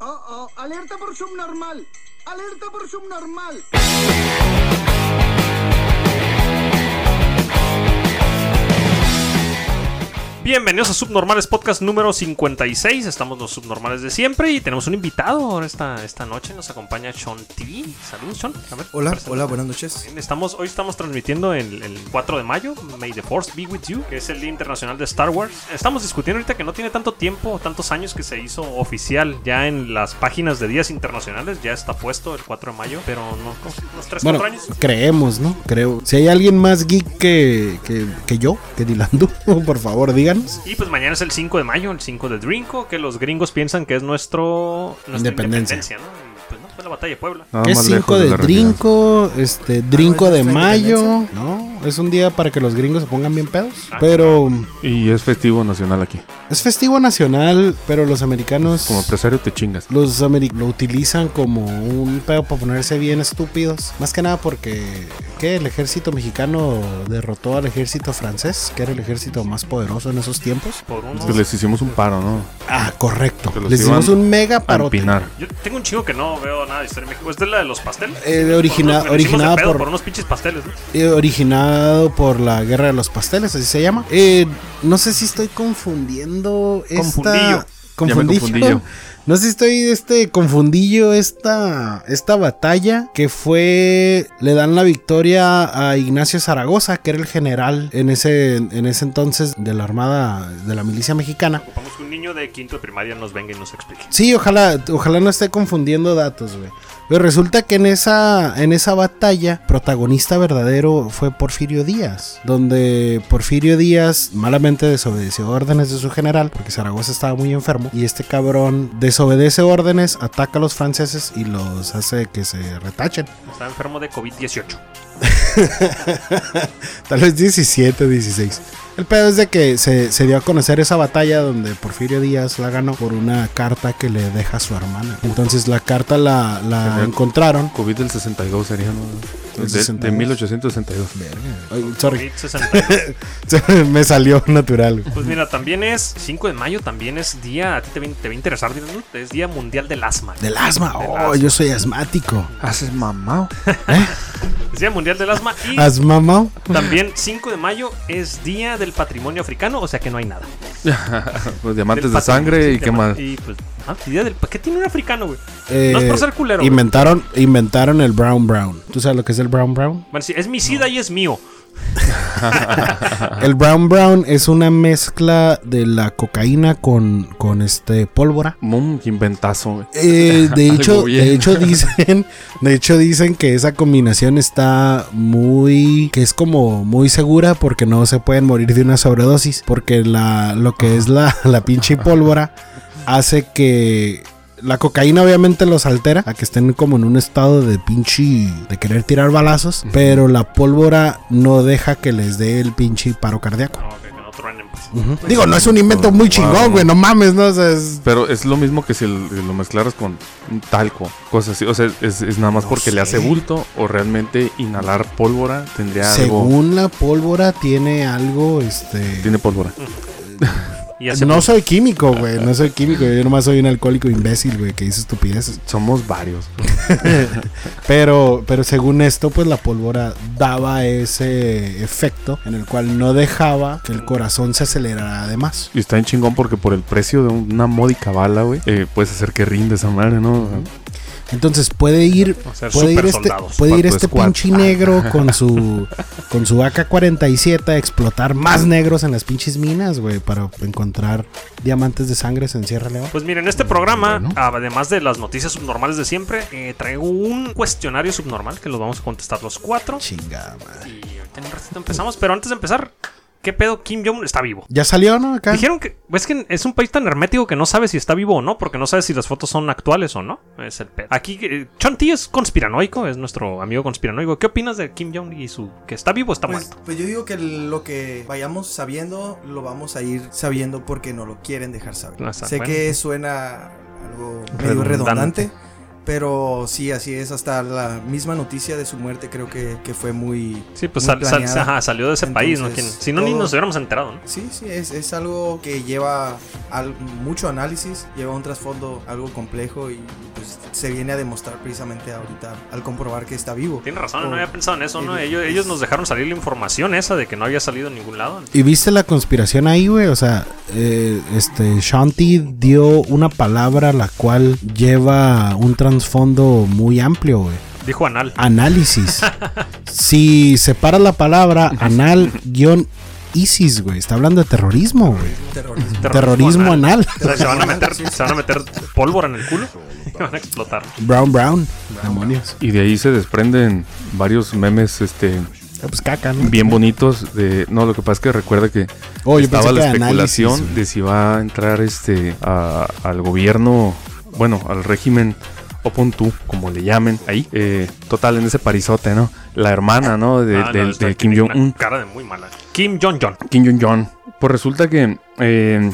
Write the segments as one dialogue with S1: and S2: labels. S1: Oh, Alerta por subnormal. Alerta por subnormal.
S2: Bienvenidos a Subnormales Podcast número 56. Estamos los subnormales de siempre y tenemos un invitado esta, esta noche. Nos acompaña Sean T. Saludos, Sean. A ver,
S3: Hola,
S2: preséntate.
S3: hola, buenas noches.
S2: Estamos, hoy estamos transmitiendo el, el 4 de mayo, May the Force Be With You, que es el Día Internacional de Star Wars. Estamos discutiendo ahorita que no tiene tanto tiempo, tantos años que se hizo oficial. Ya en las páginas de días internacionales ya está puesto el 4 de mayo, pero no, unos 3, 4
S4: Bueno,
S2: años.
S4: creemos, ¿no? Creo. Si hay alguien más geek que, que, que yo, que Dilando, por favor, díganos.
S2: Y pues mañana es el 5 de mayo, el 5 de Drinko, que los gringos piensan que es nuestro, nuestra
S4: Independencia.
S2: independencia, ¿no? Y pues no, fue la batalla de Puebla.
S5: Nada
S4: Que es
S5: más
S4: 5
S5: lejos
S4: de
S5: la realidad.
S4: Drinco, este, Drinco
S3: ¿no es
S4: de
S3: nuestra
S4: mayo,
S3: independencia?
S4: ¿no? Es un día para que los gringos se pongan bien pedos.
S2: Ah,
S4: Pero
S5: Y es festivo nacional aquí.
S4: es festivo nacional, pero los americanos...
S5: Como empresario te chingas.
S4: Los ameri- lo utilizan como un pedo para ponerse bien estúpidos. Más que nada porque que el ejército mexicano derrotó al ejército francés, que era el ejército más poderoso en esos tiempos.
S2: Por unos-
S5: Es que les hicimos un paro, ¿no?
S4: Ah, correcto.
S5: Que los
S4: Les
S5: iban
S4: dimos un mega
S5: A
S4: parote.
S5: empinar.
S2: Yo tengo un chingo que no veo nada de historia de México. Es de la de los pasteles.
S4: Eh, origina-
S2: Nos metimos de
S4: originada
S2: pedo
S4: por-
S2: unos pinches pasteles, ¿no?
S4: eh, originado por la guerra de los pasteles, así se llama. Eh, no sé si estoy confundiendo
S2: Confundillo.
S4: esta.
S5: Ya me confundillo.
S4: No sé si estoy este confundillo esta esta batalla que fue le dan la victoria a Ignacio Zaragoza que era el general en ese en ese entonces de la armada de la milicia mexicana
S2: Ocupamos que un niño de quinto de primaria nos venga y nos explique.
S4: Sí, ojalá, ojalá no esté confundiendo datos, güey. Pero resulta que en esa, en esa batalla, protagonista verdadero fue Porfirio Díaz, donde Porfirio Díaz malamente desobedeció órdenes de su general, porque Zaragoza estaba muy enfermo, y este cabrón desobedece órdenes, ataca a los franceses y los hace que se retachen.
S2: Está enfermo de COVID-18.
S4: Tal vez 17, 16. El pedo es de que se, se dio a conocer esa batalla donde Porfirio Díaz la ganó por una carta que le deja su hermana. Entonces la carta la, la
S5: Ajá.
S4: encontraron.
S5: COVID del 62 sería, ¿no?
S4: Del
S5: De,
S4: 62.
S5: de 1862.
S4: Ay, sorry,
S2: COVID-62.
S4: me salió natural. güey.
S2: Pues mira, también es 5 de mayo, también es día. A ti te, va- te va a interesar, Dylan, ¿no? es Día Mundial del Asma.
S4: Del asma.
S2: Del
S4: Oh,
S2: asma.
S4: yo soy asmático.
S5: Haces mamado.
S2: Es Día Mundial del Asma y
S4: ¿Asmamao?
S2: también 5 de mayo es Día del Patrimonio Africano, o sea que no hay nada.
S5: Los Pues diamantes
S2: Del
S5: de
S2: patrimonio,
S5: sangre
S2: sí,
S5: y qué
S2: diamante-
S5: más.
S2: Y pues, ajá, y día del- ¿Qué tiene un africano, güey?
S4: Eh,
S2: No es por ser culero, güey.
S4: inventaron, inventaron el brown brown. ¿Tú sabes lo que es el brown brown?
S2: Bueno, sí, es mi sida y es mío.
S4: El brown brown es una mezcla de la cocaína con, con este pólvora.
S5: Mum, qué inventazo, güey.
S4: Eh, de
S5: Algo
S4: hecho,
S5: bien.
S4: de hecho dicen, de hecho dicen que esa combinación está muy, que es como muy segura porque no se pueden morir de una sobredosis, porque la, lo que es la, la pinche pólvora hace que la cocaína obviamente los altera, a que estén como en un estado de pinche de querer tirar balazos, pero la pólvora no deja que les dé el pinche paro cardíaco.
S2: No, que, que no truenen, pues.
S4: Digo, no es un invento muy chingón, güey, no mames, no, O sea, es-
S5: Pero es lo mismo que si el- lo mezclaras con un talco, cosas así. O sea, es, es nada más
S4: No
S5: porque
S4: sé.
S5: le hace bulto o realmente inhalar pólvora tendría algo.
S4: según la pólvora tiene algo, este...
S5: Tiene pólvora.
S2: Y hace
S4: No soy químico, güey. No soy químico. Yo nomás soy un alcohólico imbécil, güey, que dice estupideces.
S5: Somos varios.
S4: Pero, pero según esto, pues la pólvora daba ese efecto en el cual no dejaba que el corazón se acelerara además.
S5: Y está en chingón porque por el precio de una módica bala, güey, eh, puedes hacer que rinde esa madre, ¿no?
S4: Entonces puede ir,
S2: ser
S4: puede ir este,
S2: supersoldados.
S4: puede ir
S5: Pato
S4: este
S5: Squad.
S4: pinche negro con su con su AK-47 a explotar más negros en las pinches minas, güey, para encontrar diamantes de sangre en Sierra Leona.
S2: Pues miren, en este programa, además de las noticias subnormales de siempre, eh, traigo un cuestionario subnormal que los vamos a contestar los cuatro.
S4: Chinga, madre.
S2: Y ahorita en un ratito empezamos, pero antes de empezar, ¿qué pedo? Kim Jong-un está vivo.
S4: Ya salió, ¿no? Acá.
S2: Dijeron que pues, es que es un país tan hermético que no sabe si está vivo o no, porque no sabe si las fotos son actuales o no. Es el pedo. Aquí, eh, Chonti es conspiranoico, es nuestro amigo conspiranoico. ¿Qué opinas de Kim Jong y su que está vivo o está
S6: Pues,
S2: muerto?
S6: pues yo digo que lo que vayamos sabiendo, lo vamos a ir sabiendo porque no lo quieren dejar saber.
S2: No está-
S6: sé
S2: bueno.
S6: que suena algo medio
S2: Redundante.
S6: redundante, Pero sí, así es. Hasta la misma noticia de su muerte creo que, que fue muy.
S2: Sí, pues
S6: muy
S2: sal- sal-
S6: planeada.
S2: ajá, salió de ese país, ¿no?
S6: Entonces,
S2: ¿Quién- si no, ni
S6: todo-
S2: nos hubiéramos enterado, ¿no?
S6: Sí, sí, es, es algo que lleva al- mucho análisis, lleva un trasfondo algo complejo y pues se viene a demostrar precisamente ahorita al comprobar que está vivo.
S2: Tienes razón,
S6: O-
S2: no había pensado en eso, ¿no?
S6: el-
S2: Ellos, ellos nos dejaron salir la información esa de que no había salido en ningún lado.
S4: ¿Y viste la conspiración ahí, güey? O sea, eh, este, Shanti dio una palabra la cual lleva un trasfondo muy amplio, güey.
S2: Dijo anal.
S4: Análisis. si separa la palabra anal guión ISIS, güey. Está hablando de terrorismo, güey.
S6: Terrorismo.
S4: Terrorismo anal.
S2: O sea, se van a meter, se van a meter pólvora en el culo y van a explotar.
S4: Brown, brown. Demonios.
S5: Y de ahí se desprenden varios memes este
S4: Ah, Pues caca, ¿no?
S5: bien bonitos de no, lo que pasa es que recuerda que
S4: Oh, yo
S5: estaba
S4: pensé
S5: la
S4: que era análisis,
S5: especulación
S4: güey.
S5: de si va a entrar este a- al gobierno, bueno, al régimen Opuntu, como le llamen ahí. Eh, total, en ese parizote, ¿no? La hermana, ¿no? De,
S2: Ah, no,
S5: del-
S2: está-
S5: de Kim
S2: tiene una
S5: Jong-un.
S2: Cara de muy mala. Kim Jong-un.
S5: Kim Jong-un. Pues resulta que eh,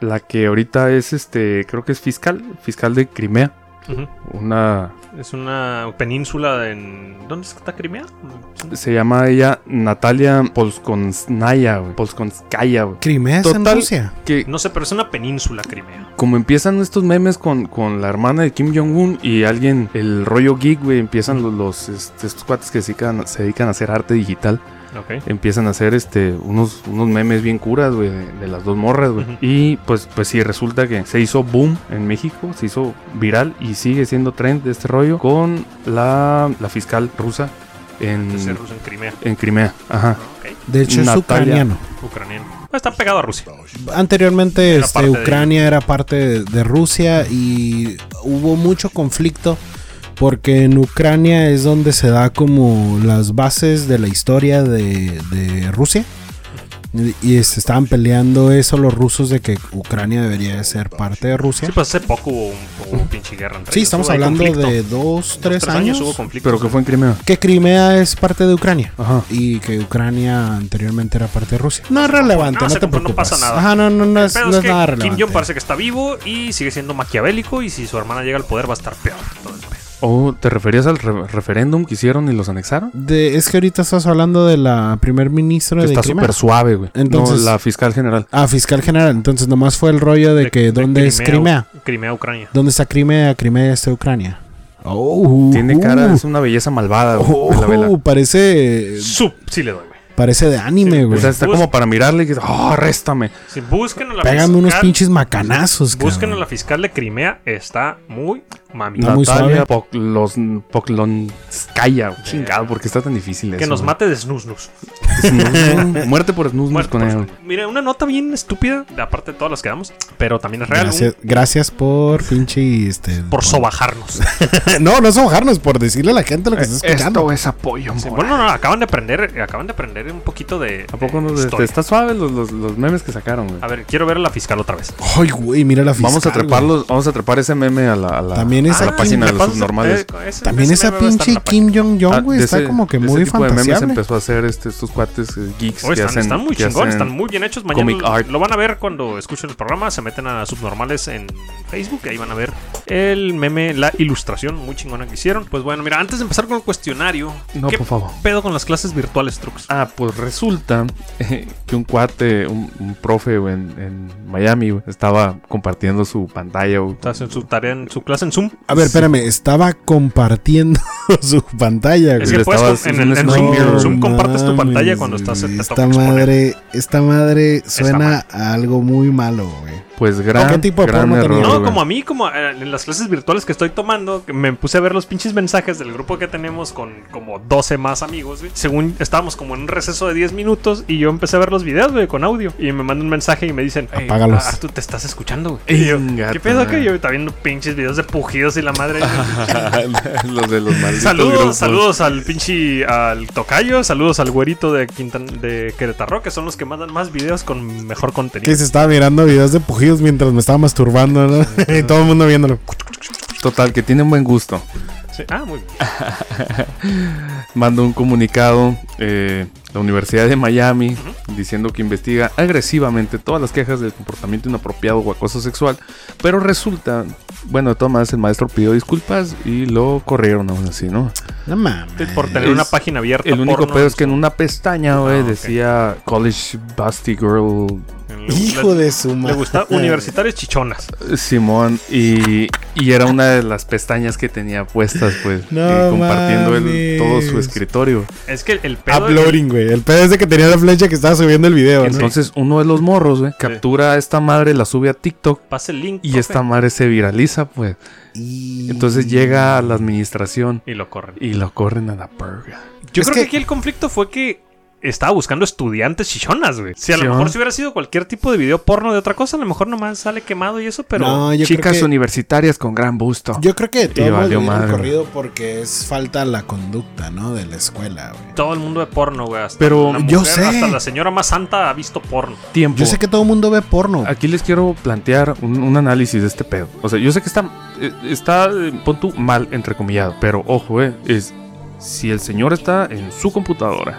S5: la que ahorita es, este, creo que es fiscal, fiscal de Crimea.
S2: Ujú.
S5: Una,
S2: Es una península en. ¿Dónde está Crimea?
S5: se llama ella Natalia Polskonskaya, güey, Polskonskaya, güey.
S4: Crimea es en
S5: Total.
S4: Rusia.
S5: Que
S2: No sé, pero es una península Crimea.
S5: como empiezan estos memes con, con la hermana de Kim Jong-un y alguien, el rollo geek, güey, empiezan los, los, este, estos cuates que se dedican, se dedican a hacer arte digital,
S2: Ok.
S5: empiezan a hacer este, unos, unos memes bien curas, güey, de, de las dos morras, güey.
S2: Ujú.
S5: Y pues, pues sí, resulta que se hizo boom en México, se hizo viral y sigue siendo trend de este rollo con la, la fiscal rusa en,
S2: Entonces es ruso en Crimea.
S5: en Crimea. Ajá.
S2: Ok.
S4: De hecho, es
S5: Natalia.
S4: ucraniano.
S2: Ucraniano. Ah, Está pegado a Rusia.
S4: Anteriormente
S2: Era
S4: este,
S2: parte de-
S4: Ucrania era parte de, de Rusia y hubo mucho conflicto porque en Ucrania es donde se da como las bases de la historia de, de Rusia. Y- Y se estaban peleando eso los rusos de que Ucrania debería de ser parte de Rusia.
S2: Sí, pues hace poco hubo un, hubo un pinche guerra entre
S4: Sí,
S2: ellos.
S4: estamos
S2: Hubo ahí
S4: hablando
S2: conflicto.
S4: de
S2: Dos,
S4: dos, tres, años.
S2: hubo conflicto.
S5: Pero que fue en Crimea.
S4: que Crimea es parte de Ucrania.
S5: Ajá.
S4: Y que Ucrania anteriormente era parte de Rusia. No es
S2: No,
S4: relevante, no,
S2: se
S4: te
S2: confunde, no
S4: preocupes.
S2: pasa nada.
S4: Ajá, no, no, no es,
S2: Pero
S4: no
S2: es
S4: es
S2: que
S4: nada
S2: Kim
S4: relevante.
S2: Jong parece que está vivo y sigue siendo maquiavélico y si su hermana llega al poder va a estar peor. Todo el pedo.
S5: ¿O te referías al re- referéndum que hicieron y los anexaron?
S4: De- es que ahorita estás hablando de la primer ministra
S5: Que
S4: de
S5: está
S4: Crimea.
S5: súper suave, güey.
S4: Entonces-
S5: no, la fiscal general.
S4: Ah, fiscal general. Entonces nomás fue el rollo de,
S2: De-
S4: que
S2: de
S4: dónde es Crimea.
S2: Crimea, Ucrania.
S4: ¿Dónde está Crimea? Crimea está Ucrania. Oh,
S5: Tiene
S4: uh,
S5: cara, es una belleza malvada, güey.
S4: oh,
S5: de la vela.
S4: parece
S2: Sub, sí le doy, güey.
S4: parece de anime,
S5: O
S4: güey.
S5: sea, está como para mirarle y que, oh, arréstame.
S2: Sí, busquen a la
S4: Pégame unos
S2: fiscal-
S4: pinches macanazos,
S2: Busquen a
S4: cabrón.
S2: la fiscal de Crimea, está muy mami.
S4: No, muy
S5: Natalia
S4: suave.
S5: Poklon- Poklonskaya, güey. chingado, porque está tan difícil
S2: que
S5: eso,
S2: nos
S5: güey?
S2: mate de snus snus.
S5: Snus- Muerte por snus
S2: Muerte
S5: con
S2: por
S5: él.
S2: snus. Mira, una nota bien estúpida, aparte de todas las que damos, pero también es real.
S4: Gracias,
S2: un-
S4: gracias por pinche este
S2: por sobajarnos.
S4: no, no sobajarnos, por decirle a la gente
S2: Eh,
S4: lo Pues que está escuchando.
S5: Esto es apoyo,
S2: Sí,
S5: amor.
S2: bueno, no, acaban de aprender, acaban de aprender un poquito de.
S5: ¿A poco
S2: de
S5: no? Este,
S2: historia.
S5: Está suave los, los- los memes que sacaron, güey.
S2: A ver, quiero ver a la fiscal otra vez.
S4: Ay, güey, mira la fiscal.
S5: Vamos a
S4: güey.
S5: treparlos, vamos a trepar ese meme a la, a la-
S4: También esa
S5: a la
S4: pinche-
S5: página de
S2: ¿me
S5: los
S2: pasas-
S5: subnormales.
S2: Ah, eh, ese-
S4: También
S2: ese
S4: esa
S2: meme va a estar en
S4: pinche
S2: la
S4: Kim Jong-un,
S5: Ah,
S4: güey,
S5: de
S4: está
S5: ese-
S4: como que
S5: de
S4: muy
S5: ese tipo de memes
S4: fantasiable.
S5: empezó a hacer este, estos cuates eh, geeks
S2: Oh,
S5: que
S2: están,
S5: hacen,
S2: están muy
S5: que
S2: chingones,
S5: hacen-
S2: están muy bien hechos. Mañana
S5: comic
S2: lo,
S5: art.
S2: lo van a ver cuando escuchen el programa. Se meten a subnormales en Facebook. y Ahí van a ver el meme, la ilustración muy chingona que hicieron. Pues bueno, mira, antes de empezar con el cuestionario,
S5: No,
S2: ¿qué
S5: por favor.
S2: pedo con las clases virtuales, Trux?
S5: Ah, pues resulta eh, que un cuate, un, un profe güey, en, en Miami, güey, estaba compartiendo su pantalla. güey.
S2: Estás en su tarea, en su clase en Zoom.
S4: A ver, espérame, estaba compartiendo su pantalla,
S2: Es
S4: güey.
S2: que
S5: le
S2: puedes
S5: estabas
S2: com- en, el, en
S5: haciendo
S2: Zoom,
S5: un
S2: en
S5: no
S2: Zoom compartes tu
S4: mames,
S2: pantalla cuando estás
S4: güey,
S2: te
S4: Esta
S2: toca exponer.
S4: madre, esta madre suena a algo muy malo, güey.
S5: Pues gran,
S4: ¿Qué tipo de
S5: gran
S4: porno
S5: error,
S4: tenía?
S2: No,
S5: güey.
S2: como a mí, como eh, en las clases virtuales que estoy tomando, que me puse a ver los pinches mensajes del grupo que tenemos con como 12 más amigos, güey. Según estábamos como en un receso de 10 minutos y yo empecé a ver los videos, güey, con audio. Y me mandan un mensaje y me dicen, "Ey,
S4: Apágalos.
S2: ah, tú te estás escuchando, güey. Y yo,
S5: Inga
S2: ¿qué pedo
S5: tu
S2: que
S5: madre.
S2: yo está viendo pinches videos de pujidos y la madre?
S5: los de los malditos
S2: saludos,
S5: grupos.
S2: saludos al pinche, al tocayo, saludos al güerito de, Quintan de Querétaro, que son los que mandan más videos con mejor contenido.
S4: Que se estaba mirando videos de pujidos mientras me estaba masturbando, ¿no? Y todo el mundo viéndolo.
S5: Total, que tienen buen gusto.
S2: Sí, Ah, muy bien.
S5: Mandó un comunicado eh, la Universidad de Miami, diciendo que investiga agresivamente todas las quejas del comportamiento inapropiado o acoso sexual, pero resulta, bueno, de todas maneras el maestro pidió disculpas y lo corrieron aún así, ¿no?
S4: No mames.
S2: Por tener
S5: Es
S2: una página abierta.
S5: El único
S2: porno Ah,
S5: pedo es que en una pestaña, güey,
S2: ok.
S5: decía College Busty Girl
S2: en-
S4: Hijo
S2: le-
S4: de su
S2: Le
S4: madre.
S2: gusta universitarios chichonas.
S5: Simón y, y era una de las pestañas que tenía puestas, pues,
S4: No
S5: y compartiendo el-
S4: mames.
S5: todo su escritorio.
S2: Es que el- el pedo.
S4: Uploading, Ah, güey. El pedo es de que tenía la flecha que estaba subiendo el video, ¿no?
S5: Entonces uno de los morros, güey, captura a esta madre, la sube a TikTok
S2: Pasa el link.
S5: y
S2: profe,
S5: esta madre se viraliza, pues.
S4: Mm.
S5: Entonces llega a la administración
S2: Y lo corren.
S5: y lo corren a la perga.
S2: Yo
S4: Es
S2: creo que...
S4: que-
S2: aquí el conflicto fue que estaba buscando estudiantes chichonas, güey. Si a lo
S5: Sí,
S2: mejor
S5: ¿no?
S2: si hubiera sido cualquier tipo de video porno de otra cosa, a lo mejor nomás sale quemado y eso, pero.
S4: No, yo
S5: Chicas
S4: creo que,
S5: universitarias con gran busto.
S4: Yo creo que de todos modos
S5: valió
S4: lo hubieran
S5: madre.
S4: corrido porque es falta la conducta, ¿no? De la escuela, güey.
S2: Todo el mundo ve porno, güey. hasta
S5: Pero
S2: la
S4: yo sé.
S2: Hasta la señora más santa ha visto porno.
S5: Tiempo.
S4: Yo sé que todo el mundo ve porno.
S5: Aquí les quiero plantear un, un análisis de este pedo. O sea, yo sé que está, eh, está eh, pon tú, mal, entrecomillado, pero ojo, eh, es si el señor está en su computadora,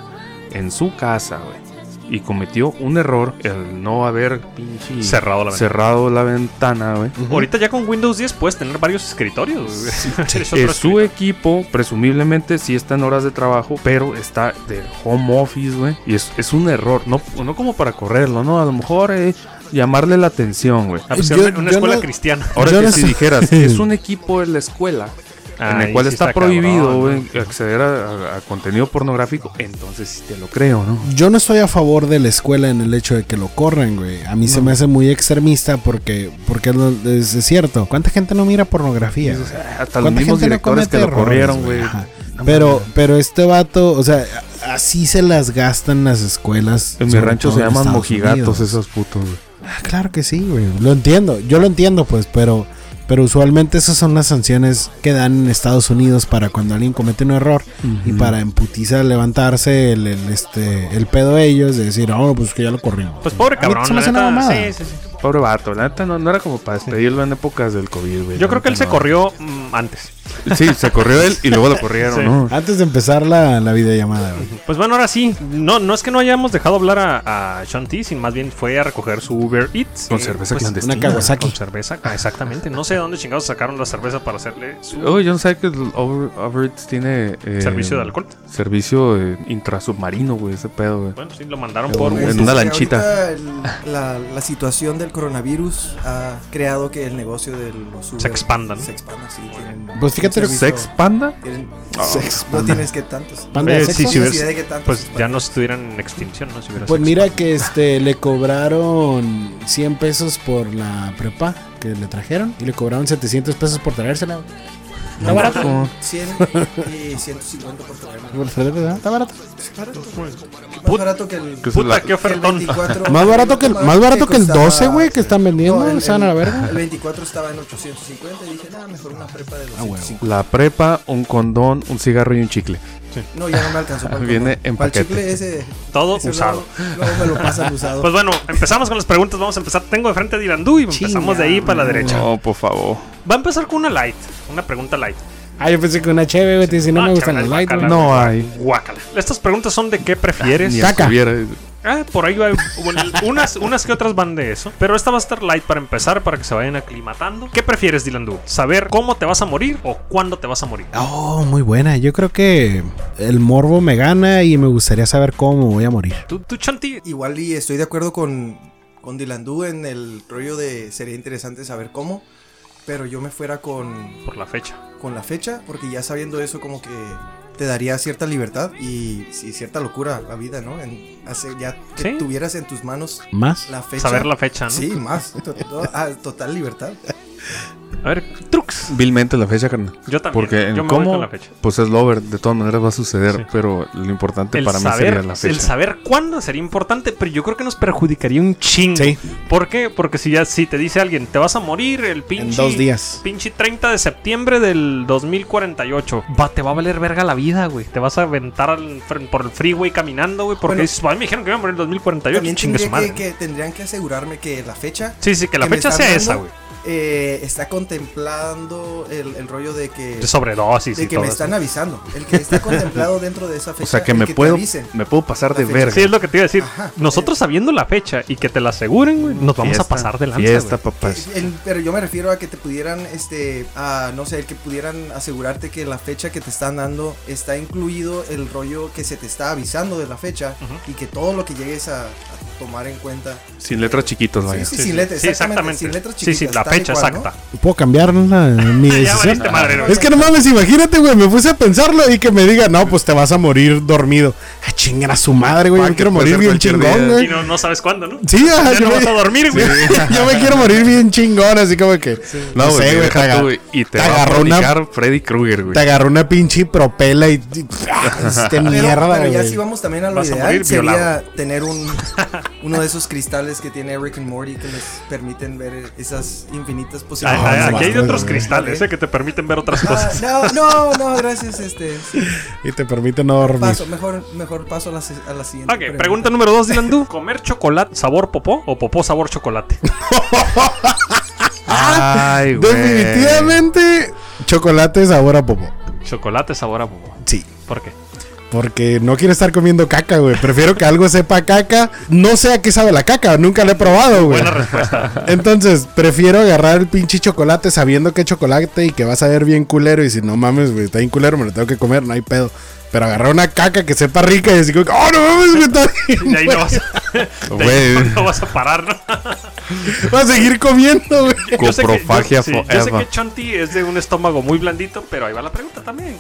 S5: en su casa, güey, y cometió un error, el no haber pinche
S2: Cerrado la ventana.
S5: cerrado la ventana, güey.
S2: Ahorita ya con Windows 10 puedes tener varios escritorios. güey. Eres otro
S5: Eh, su
S2: escritor.
S5: equipo, presumiblemente, sí está en horas de trabajo, pero está de home office, güey. Y es, es un error, no, no como para correrlo, ¿no? A lo mejor eh, llamarle la atención, güey.
S2: Ah, pues,
S4: Yo-
S2: era una, una
S4: yo
S2: escuela
S4: no-
S2: cristiana.
S5: Ahora
S4: Yo
S5: que
S4: no
S5: si
S4: sé.
S5: dijeras, es un equipo de la escuela en el
S2: Ahí
S5: cual
S2: sí
S5: está,
S2: está
S5: prohibido
S2: cabrón,
S5: güey, acceder a, a- a contenido pornográfico, entonces sí te lo creo, ¿no?
S4: Yo no estoy a favor de la escuela en el hecho de que lo corran, güey. A mí se me hace muy extremista porque, porque no- es, es cierto. ¿Cuánta gente no mira pornografía? güey?
S5: Hasta los mismos directores que lo
S4: errores,
S5: corrieron, güey.
S4: Ajá. Pero, pero este vato, o sea, así se las gastan las escuelas.
S5: En mi
S4: sobre
S5: rancho
S4: todo
S5: se
S4: en
S5: llaman
S4: Estados
S5: mojigatos
S4: Unidos.
S5: esos putos, güey.
S4: Ah, claro que sí, güey. Lo entiendo, yo lo entiendo, pues, pero, pero usualmente esas son las sanciones que dan en Estados Unidos para cuando alguien comete un error y para emputiza levantarse el, el, este, el pedo de ellos, de decir, oh, pues que ya lo corrimos.
S2: Pues pobre
S4: A mí
S2: cabrón.
S4: se me hace
S2: la
S4: una
S2: neta, sí,
S4: mamada.
S2: sí, sí.
S5: Pobre vato, la neta no, no era como para despedirlo en épocas del COVID, güey.
S2: Yo
S5: la
S2: creo que él
S5: neta,
S2: se
S5: no.
S2: corrió mm, antes.
S5: Sí, se corrió él y luego lo corrieron,
S2: Sí.
S5: ¿no?
S4: Antes de empezar la, la videollamada, güey.
S2: Pues bueno, ahora sí. No, no es que no hayamos dejado hablar a, a Sean T, sin más bien fue a recoger su Uber Eats. Pues,
S5: Con cerveza clandestina.
S4: Una Kawasaki.
S2: Con cerveza, ah, exactamente. No sé de dónde chingados sacaron la cerveza para hacerle su
S5: Oh, yo no sabía que el Over, Overeats tiene... eh,
S2: servicio de alcohol.
S5: Servicio eh, intrasubmarino, güey, ese pedo, güey.
S2: Bueno, sí, lo mandaron
S4: Qué
S2: por
S4: bueno.
S2: Uber.
S5: En una
S6: Entonces,
S5: lanchita.
S6: ahorita el- la, la situación del coronavirus ha creado que el negocio de los Uber
S2: Se expanda, ¿no?
S6: Se expanda, sí. tienen
S4: Pues fíjate
S6: un
S4: lo- Ah.
S6: servicio-
S5: ¿Sex Panda?
S6: tienen-
S4: Se
S6: No
S4: expande.
S6: tienes que tantos.
S4: Panda de
S2: Oye,
S4: sexo.
S2: Eh, sí, sí,
S6: La
S2: ves.
S6: necesidad de que tantos
S2: Pues ya
S6: expanda.
S2: no estuvieran en extinción, ¿no? Si hubiera
S4: Pues
S2: sexo.
S4: mira que este le cobraron 100 pesos por la prepa que le trajeron y le cobraron 700 pesos por traérsela. güey. Está barato.
S6: 100 y 150 por teléfono.
S4: Por traérsela, Está barato.
S6: Más barato que el.
S5: Que es
S2: Puta,
S5: la-
S2: qué ofertón.
S4: Más barato que el, más barato que el 12, güey, que están vendiendo,
S6: No, el-
S4: están a la verga.
S6: El 24 estaba en 850 y dije, nada, mejor una prepa
S4: Ah,
S6: de 250.
S5: La prepa, un condón, un cigarro y un chicle.
S6: No, ya no me
S4: Ah,
S6: alcanzó para el
S5: Viene
S6: condón.
S5: en
S6: Para el
S5: paquete.
S6: chicle ese.
S2: Todo
S6: ese
S2: usado.
S6: Luego, luego me lo pasan usado.
S2: Pues bueno, empezamos con las preguntas. Vamos a empezar. Tengo de frente a Dirandú y empezamos de ahí para la derecha.
S5: No, por favor.
S2: Va a empezar con una light. Una pregunta light.
S4: Ah, yo pensé que una chévere, güey, te dice, no
S2: No,
S4: me gustan
S2: Ah, chaval,
S4: los light,
S2: guácala.
S4: güey.
S5: No hay.
S2: Guácala. Estas preguntas son de qué prefieres.
S5: Ni
S4: Saca.
S5: estuviera.
S2: Ah, por ahí va. bueno, unas, unas que otras van de eso. Pero esta va a estar light para empezar, para que se vayan aclimatando. ¿Qué prefieres, Dylan Du? ¿Saber cómo te vas a morir o cuándo te vas a morir?
S4: Oh, muy buena. Yo creo que el morbo me gana y me gustaría saber cómo me voy a morir.
S2: Tú, tú Chanti,
S6: Igual y estoy de acuerdo con, con Dilandú en el rollo de sería interesante saber cómo, pero yo me fuera con,
S2: por la fecha.
S6: con la fecha, porque ya sabiendo eso como que te daría cierta libertad y sí, cierta locura la vida, ¿no? En hacer, ya que
S2: Sí.
S6: tuvieras en tus manos
S4: ¿Más?
S6: la fecha.
S2: Saber la fecha, ¿no?
S6: Sí, más. to- to- ah, total libertad.
S2: A ver, trucs.
S5: Vilmente la fecha, carnal.
S2: Yo también.
S5: Porque en
S2: yo me voy
S5: cómo,
S2: con la fecha.
S5: pues es lover, de todas maneras va a suceder,
S2: Sí.
S5: pero lo importante
S2: El
S5: Este para mí
S2: saber,
S5: sería la fecha.
S2: el saber cuándo sería importante, pero yo creo que nos perjudicaría un chingo.
S4: Sí.
S2: ¿Por qué? Porque si ya si te dice alguien, te vas a morir el pinche.
S4: En dos días.
S2: Pinche 30 de septiembre del 2048. Va, te va a valer verga la vida, güey. Te vas a aventar al fr- por el freeway caminando, güey. Porque
S6: Bueno.
S2: dices, "Ay, me dijeron que iba a morir en 2048.
S6: También
S2: Chingue su
S6: tendría
S2: madre.
S6: que, que tendrían que asegurarme que la fecha
S2: Sí, sí, que la
S6: me
S2: fecha
S6: están
S2: sea esa,
S6: dando,
S2: güey.
S6: eh, está conte- contemplando el, el rollo de que,
S2: De sobredosis
S6: de
S2: y
S6: que
S2: todo
S6: me
S2: eso.
S6: están avisando. El que está contemplado dentro de esa fecha.
S5: O sea, que
S6: el
S5: me
S6: te
S5: puedo
S6: avisen.
S5: me puedo pasar
S6: La
S5: de
S6: fecha.
S5: verga.
S2: Sí, es lo que te iba a decir.
S6: Ajá.
S2: Nosotros sabiendo la fecha y que te la aseguren, güey, nos vamos a
S5: Fiesta,
S2: pasar de lanza,
S5: Fiesta,
S2: güey.
S5: papás.
S6: El- pero yo me refiero a que te pudieran, este, a, no sé, el que pudieran asegurarte que la fecha que te están dando está incluido el rollo que se te está avisando de la fecha y que todo lo que llegues a, a tomar en cuenta.
S5: Sin letras chiquitas, vaya.
S6: Sí, sin letras, exactamente, sin letras
S2: Sí, sí,
S6: chiquitas,
S2: la
S6: tal y
S2: fecha
S6: cual, ¿no?
S2: exacta.
S4: Puedo cambiar la- mi
S2: Ya
S4: decisión.
S2: valiste madre, güey.
S4: Es que no mames, imagínate, güey, me puse a pensarlo y que me diga, no, pues te vas a morir dormido. Ah, chingar a su madre, güey,
S5: Pa,
S4: yo
S5: que
S4: quiero
S5: puede
S4: morir
S5: ser
S4: bien
S5: cualquier día.
S4: chingón,
S2: Y
S4: güey.
S2: no, no sabes cuándo, ¿no?
S4: Sí, ajá,
S2: ya
S4: yo
S2: no
S4: me-
S2: vas a dormir, güey.
S4: Yo me quiero morir bien chingón, así como que. No, sé, güey,
S5: güey, pues, deja
S4: te aga-
S5: tú, güey, Y te
S4: te
S5: va a
S4: agarró una-
S5: platicar Freddy Krueger, güey.
S4: Te agarró una pinche propela y. Este
S6: Pero,
S4: mierda,
S6: pero ya
S4: güey.
S6: si vamos también a lo
S2: Vas a
S6: ideal,
S2: morir
S6: sería
S2: violado.
S6: tener un, uno de esos cristales que tiene Rick and Morty que nos permiten ver esas infinitas
S2: Ay,
S6: posibilidades.
S2: ay,
S4: no,
S2: aquí hay de
S4: no,
S2: otros
S4: no,
S2: cristales eh, que te permiten ver otras
S6: Ah,
S2: cosas.
S6: no, no, no, gracias, este. sí,
S4: Y te permite no dormir.
S6: Paso, mejor, mejor paso a la, se- a la siguiente.
S2: Ok, pregunta número dos, Dylan Du. ¿Comer chocolate sabor popó o popó sabor chocolate?
S5: Ay, güey.
S4: Definitivamente, chocolate sabor a popo.
S2: chocolate sabor a popó.
S4: Sí.
S2: ¿Por qué?
S4: Porque no quiero estar comiendo caca, güey. Prefiero que algo sepa a caca. No sé a qué sabe la caca. Nunca la he probado, güey.
S2: Buena respuesta.
S4: Entonces, prefiero agarrar el pinche chocolate sabiendo que es chocolate y que vas a ver bien culero. Y si no mames, güey, está bien culero, me lo tengo que comer, no hay pedo. Pero agarrar una caca que sepa rica y decir, oh, no mames, güey, está bien,
S2: Y ahí no
S4: güey".
S2: vas, a, de ahí
S5: Güey.
S2: no vas a parar, ¿no?
S4: Voy a seguir comiendo, güey.
S2: Yo sé que-
S5: Coprofagia
S2: yo- sí, yo sé
S5: forever.
S2: que Chonti es de un estómago muy blandito, pero ahí va la pregunta también.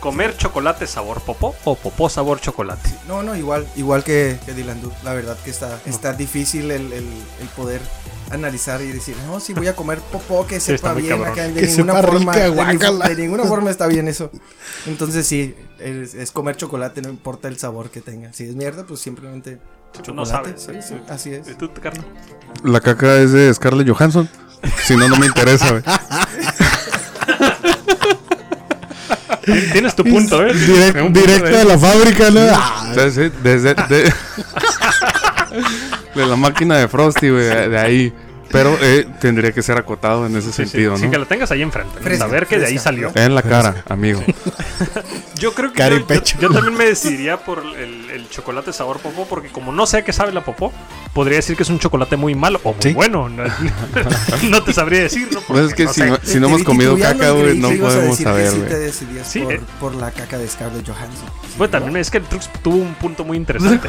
S2: ¿Comer chocolate sabor popó o popó sabor chocolate?
S6: No, no, igual, igual que, que Dylan Du. La verdad que está, está difícil el, el, el poder analizar y decir, no, si voy a comer popó que
S2: está
S6: sepa
S2: muy
S6: bien,
S2: cabrón.
S6: acá, de
S4: Que
S6: ninguna
S4: sepa
S6: forma,
S4: rica,
S6: de ni-
S4: guácala.
S6: de, ninguna forma está bien eso. Entonces sí, es, es comer chocolate, no importa el sabor que tenga. Si es mierda, pues simplemente
S2: Tú
S6: chocolate.
S2: no sabes. Eh,
S6: sí, sí, así es.
S2: ¿Y tú, carnal?
S5: La caca es de Scarlett Johansson. Si no, no me interesa, güey.
S2: Tien- Tienes tu punto, ¿eh?
S4: Direct-
S5: Un punto
S4: directo
S5: de-
S4: de la fábrica, ¿no? Ah,
S5: Desde, desde- de, de la máquina de Frosty, güey, de ahí. Pero eh, tendría que ser acotado en
S2: Sí,
S5: ese
S2: sí,
S5: sentido,
S2: sí,
S5: ¿no?
S2: que lo tengas ahí enfrente. ¿no?
S6: Fresca,
S2: a ver que de ahí
S6: fresca,
S2: salió.
S5: En la cara, amigo.
S2: Yo creo que
S4: Cara
S2: yo,
S4: y
S2: yo-
S4: pecho.
S2: yo también me decidiría por el, el chocolate sabor popó, porque como no sé a qué sabe la popó, podría decir que es un chocolate muy malo o muy
S4: Sí.
S2: bueno. No, no te sabría decir, ¿no?
S5: Pues es
S2: Porque
S5: que
S2: no
S5: si
S2: sé.
S5: no, si no
S6: Te
S5: hemos
S6: vi
S5: comido
S6: titubeando
S5: caca,
S6: y
S5: güey,
S6: creí
S5: no
S6: que ibas a
S5: podemos
S6: decir que
S5: saber,
S6: sí te
S5: güey.
S6: decidías
S2: Sí,
S6: por,
S2: eh.
S6: por la caca de Scarlett Johansson.
S2: Bueno, también es que el Trux tuvo un punto muy interesante.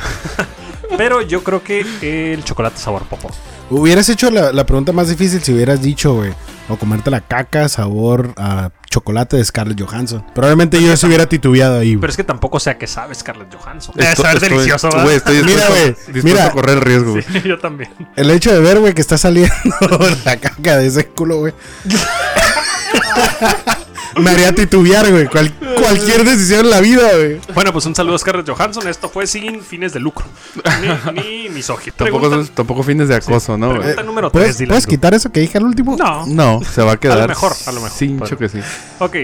S2: Pero yo creo que el chocolate sabor popó.
S4: Hubieras hecho la, la pregunta más difícil si hubieras dicho, güey, o comerte la caca sabor a chocolate de Scarlett Johansson. Probablemente yo se hubiera titubeado ahí,
S2: Pero
S4: güey.
S2: es que tampoco sé a qué sabe Scarlett Johansson.
S5: Esto-
S2: Eso es
S5: estoy-
S2: delicioso, ¿verdad?
S5: Güey, estoy
S4: Mira,
S5: dispuesto,
S4: güey,
S5: dispuesto
S4: mira.
S5: a correr el riesgo, güey.
S2: Sí, yo también.
S4: El hecho de ver, güey, que está saliendo la caca de ese culo, güey. Me haría titubear, güey. cual- cualquier decisión en la vida, güey.
S2: Bueno, pues un saludo a Scarlett Johansson. Esto fue sin fines de lucro. Ni, ni misógino.
S5: Tampoco, Eh,
S2: Pregunta-
S5: son- tampoco fines de acoso, ¿no? güey?
S2: Pregunta número 3,
S4: ¿Puedes, puedes quitar eso que dije al último?
S2: No.
S5: No, se va a quedar.
S2: mejor, a lo mejor.
S5: Cincho que sí.
S2: Ok.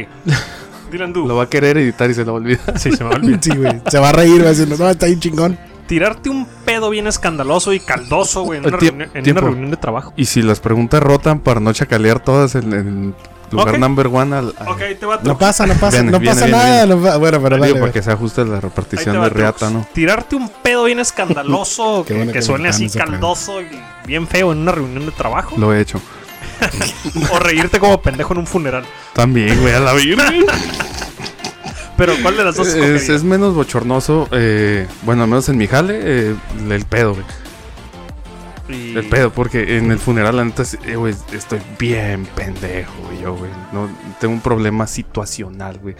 S2: Dylan Du.
S5: Lo va a querer editar y se lo olvida.
S2: Sí, se me olvidó.
S4: Sí, güey. Se va a reír, va a decir, no, está bien chingón.
S2: Tirarte un pedo bien escandaloso y caldoso, güey, en, una,
S5: Tie-
S2: reunión, en
S5: tiempo.
S2: una reunión de trabajo.
S5: Y si las preguntas rotan para no chacalear todas en, en lugar
S2: Ok.
S5: number one al. al-
S2: Ok, ahí te va
S4: No
S2: Trux.
S4: pasa, no pasa,
S5: Viene,
S4: no
S5: viene,
S4: pasa
S5: viene,
S4: nada.
S5: viene.
S4: no pa- bueno, pero
S5: Digo,
S4: dale,
S5: para
S4: güey.
S5: que se ajuste la
S2: Ahí te
S5: repartición
S2: va
S5: de
S2: Trux.
S5: reata, ¿no?
S2: Tirarte un pedo bien escandaloso,
S4: Qué
S2: que,
S4: bueno
S2: que
S4: que
S2: suene
S4: me
S2: así
S4: quitaron esa
S2: caldoso y bien feo en una reunión de trabajo.
S5: Lo he hecho.
S2: O reírte como pendejo en un funeral.
S5: También, güey, a la virgen.
S2: Pero ¿cuál de las dos
S5: es, es
S2: escogerías?
S5: menos bochornoso. eh, bueno, al menos en mi jale, eh, el pedo, güey.
S2: Y-
S5: El pedo, porque en el funeral, la neta, sí, eh, güey, estoy bien pendejo, güey, yo, güey. No, tengo un problema situacional, güey.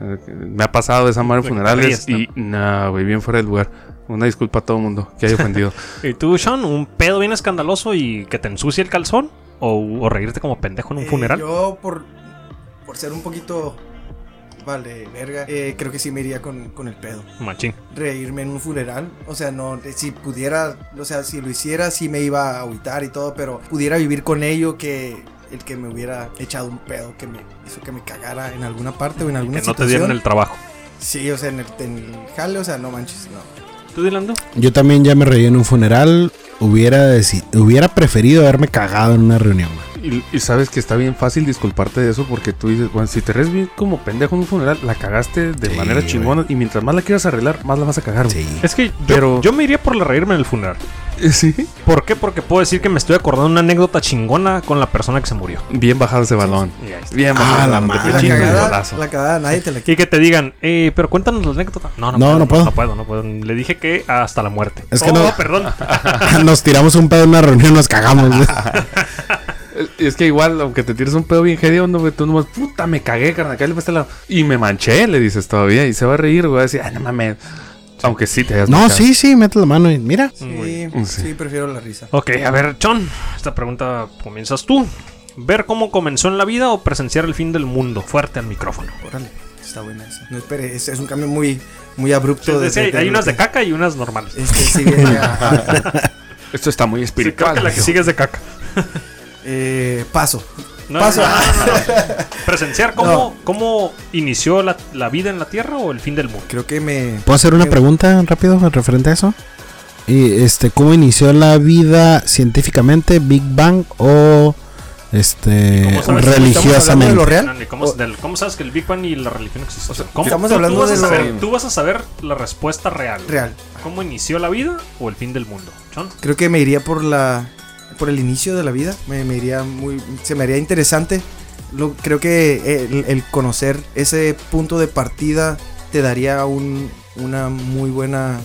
S5: Eh, Me ha pasado esa madre en
S2: De que te
S5: funerales
S2: ríes,
S5: y, nah, güey, bien fuera del lugar. Una disculpa a todo el mundo que haya ofendido.
S2: ¿Y tú, Sean, un pedo bien escandaloso y que te ensucie el calzón? ¿O, o reírte como pendejo en un
S6: Eh,
S2: funeral?
S6: yo, por, por ser un poquito. Vale, verga. eh, creo que sí me iría con, con el pedo.
S2: Machín.
S6: Reírme en un funeral. O sea, no. eh, Si pudiera. O sea, si lo hiciera, sí me iba a agüitar y todo. Pero pudiera vivir con ello que. El que me hubiera echado un pedo que me hizo que me cagara en alguna parte o en alguna
S2: Que no te dieron el trabajo.
S6: Sí, o sea, en el, en el jale, o sea, no manches, no.
S2: ¿Tú, Dylan? Du?
S4: Yo también ya me reí en un funeral. Hubiera, deci- hubiera preferido haberme cagado en una reunión, güey.
S5: Y, y sabes que está bien fácil disculparte de eso porque tú dices, bueno, si te res bien como pendejo en un funeral, la cagaste de
S4: Sí,
S5: manera
S4: güey.
S5: chingona y mientras más la quieras arreglar, más la vas a cagar. güey.
S4: Sí.
S2: Es que yo,
S5: Pero-
S2: yo me iría por la reírme en el funeral.
S5: Sí.
S2: ¿Por qué? Porque puedo decir que me estoy acordando una anécdota chingona con la persona que se murió.
S5: Bien bajado ese balón.
S2: Y ahí está.
S5: Bien bajado.
S4: Ah,
S5: ese
S4: la
S5: balón, te
S4: madre.
S6: La
S5: chingas el
S6: cagada,
S5: balazo.
S6: la cagada, nadie te la
S2: Y que te digan, eh, pero cuéntanos la anécdota. No, no,
S4: No,
S2: puedo,
S4: no puedo.
S2: No puedo, no puedo. Le dije que hasta la muerte.
S4: Es que
S2: Oh,
S4: no-
S2: perdón.
S4: Nos tiramos un pedo en una reunión, nos cagamos. güey.
S5: Es que igual, aunque te tires un pedo bien hediondo, güey, tú nomás, puta, me cagué, carnal, acá le pasé la- Y me manché, le dices todavía, y se va a reír, güey, va a decir, ah, no mames. Aunque sí te hayas
S4: No,
S5: manchado.
S4: sí, sí, mete la mano y mira.
S6: Sí,
S5: Sí.
S6: sí, prefiero la risa.
S2: ok, a ver, Chon, esta pregunta comienzas tú. ¿Ver cómo comenzó en la vida o presenciar el fin del mundo? Fuerte al micrófono.
S6: Órale, está buena esa. No espere, es, es un cambio muy, muy abrupto.
S2: Sí, sí, hay,
S6: desde-
S2: hay unas de caca y unas normales.
S6: Este, sí, viene a- a-
S5: Esto está muy
S2: Sí, creo
S5: espiritual.
S2: que la que
S5: amigo.
S2: sigue es de caca.
S6: eh, paso.
S2: No,
S6: paso.
S2: no, no, no, no. ¿Presenciar cómo, cómo inició la, la vida en la Tierra o el fin del mundo?
S6: Creo que me.
S4: ¿Puedo hacer una pregunta rápido referente a eso? Y este, ¿cómo inició la vida científicamente, Big Bang o este
S2: ¿Cómo sabes?
S6: ¿Estamos hablando Eh, de lo
S4: religiosamente?
S2: No,
S6: real?
S2: ni ¿Cómo,
S6: O-
S2: del- cómo sabes que el Big Bang y la religión existen?
S6: estamos
S2: tú-
S6: hablando
S2: tú vas,
S6: de
S2: a
S6: lo-
S2: saber, tú vas a saber la respuesta real.
S6: Real.
S2: ¿Cómo inició la vida o el fin del mundo? Chon.
S6: Creo que me iría por la por el inicio de la vida. Me, me iría muy se me haría interesante. Lo, creo que el, el conocer ese punto de partida te daría un- una muy buena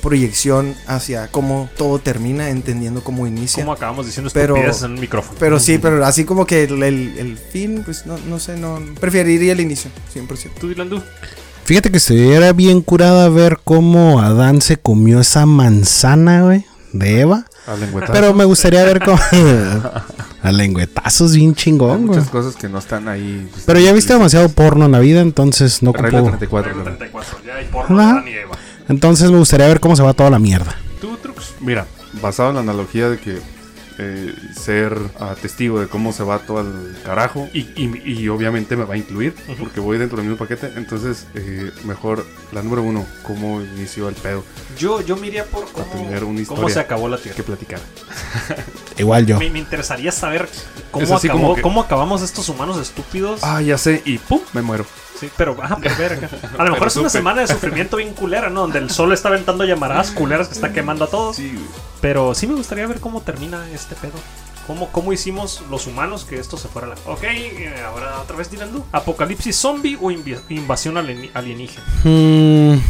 S6: proyección hacia cómo todo termina, entendiendo cómo inicia.
S2: ¿Cómo acabamos diciendo
S6: Pero-
S2: estupideces en un micrófono?
S6: Pero sí, pero así como que el, el- el fin, pues no, no sé, no preferiría el inicio, 100%.
S2: ¿Tú, Dylan, tú?
S4: Fíjate que estuviera bien curada ver cómo Adán se comió esa manzana, güey, de Eva.
S5: A lengüetar.
S4: Pero me gustaría ver cómo. A lengüetazos, bien
S5: Hay
S4: chingón, güey.
S5: muchas cosas que no están ahí.
S4: Pero ya viste demasiado porno en la vida, entonces no
S5: Regla
S4: ocupo.
S5: 34.
S2: Regla
S5: también.
S2: 34, ya hay porno,
S4: Ajá.
S2: Adán y Eva.
S4: Entonces me gustaría ver cómo se va toda la mierda.
S2: ¿Tú, Trux?
S5: Mira, basado en la analogía de que eh, ser ah, testigo de cómo se va todo al carajo y, y- y obviamente me va a incluir porque voy dentro del mismo paquete, entonces eh, mejor la número uno, cómo inició el pedo,
S2: Yo, yo me iría por
S5: A tener una
S2: cómo, cómo
S5: historia
S2: se acabó la Tierra.
S5: que platicar.
S4: Igual yo.
S2: Me, me interesaría saber cómo,
S5: Es así
S2: acabó-
S5: como que-
S2: cómo acabamos estos humanos estúpidos.
S5: Ah, ya sé, y ¡pum! Me muero.
S2: Sí, pero ajá, por ver acá. A lo mejor
S5: Pero
S2: es una
S5: supe.
S2: semana de sufrimiento bien culera, ¿no? Donde el sol está aventando llamaradas culeras que está quemando a todos.
S5: Sí, güey.
S2: Pero sí me gustaría ver cómo termina este pedo. ¿Cómo, cómo hicimos los humanos que esto se fuera a la... Ok, eh, ahora otra vez Dylan Lu. ¿Apocalipsis zombie o invi- invasión alieni- alienígena?
S4: Mm,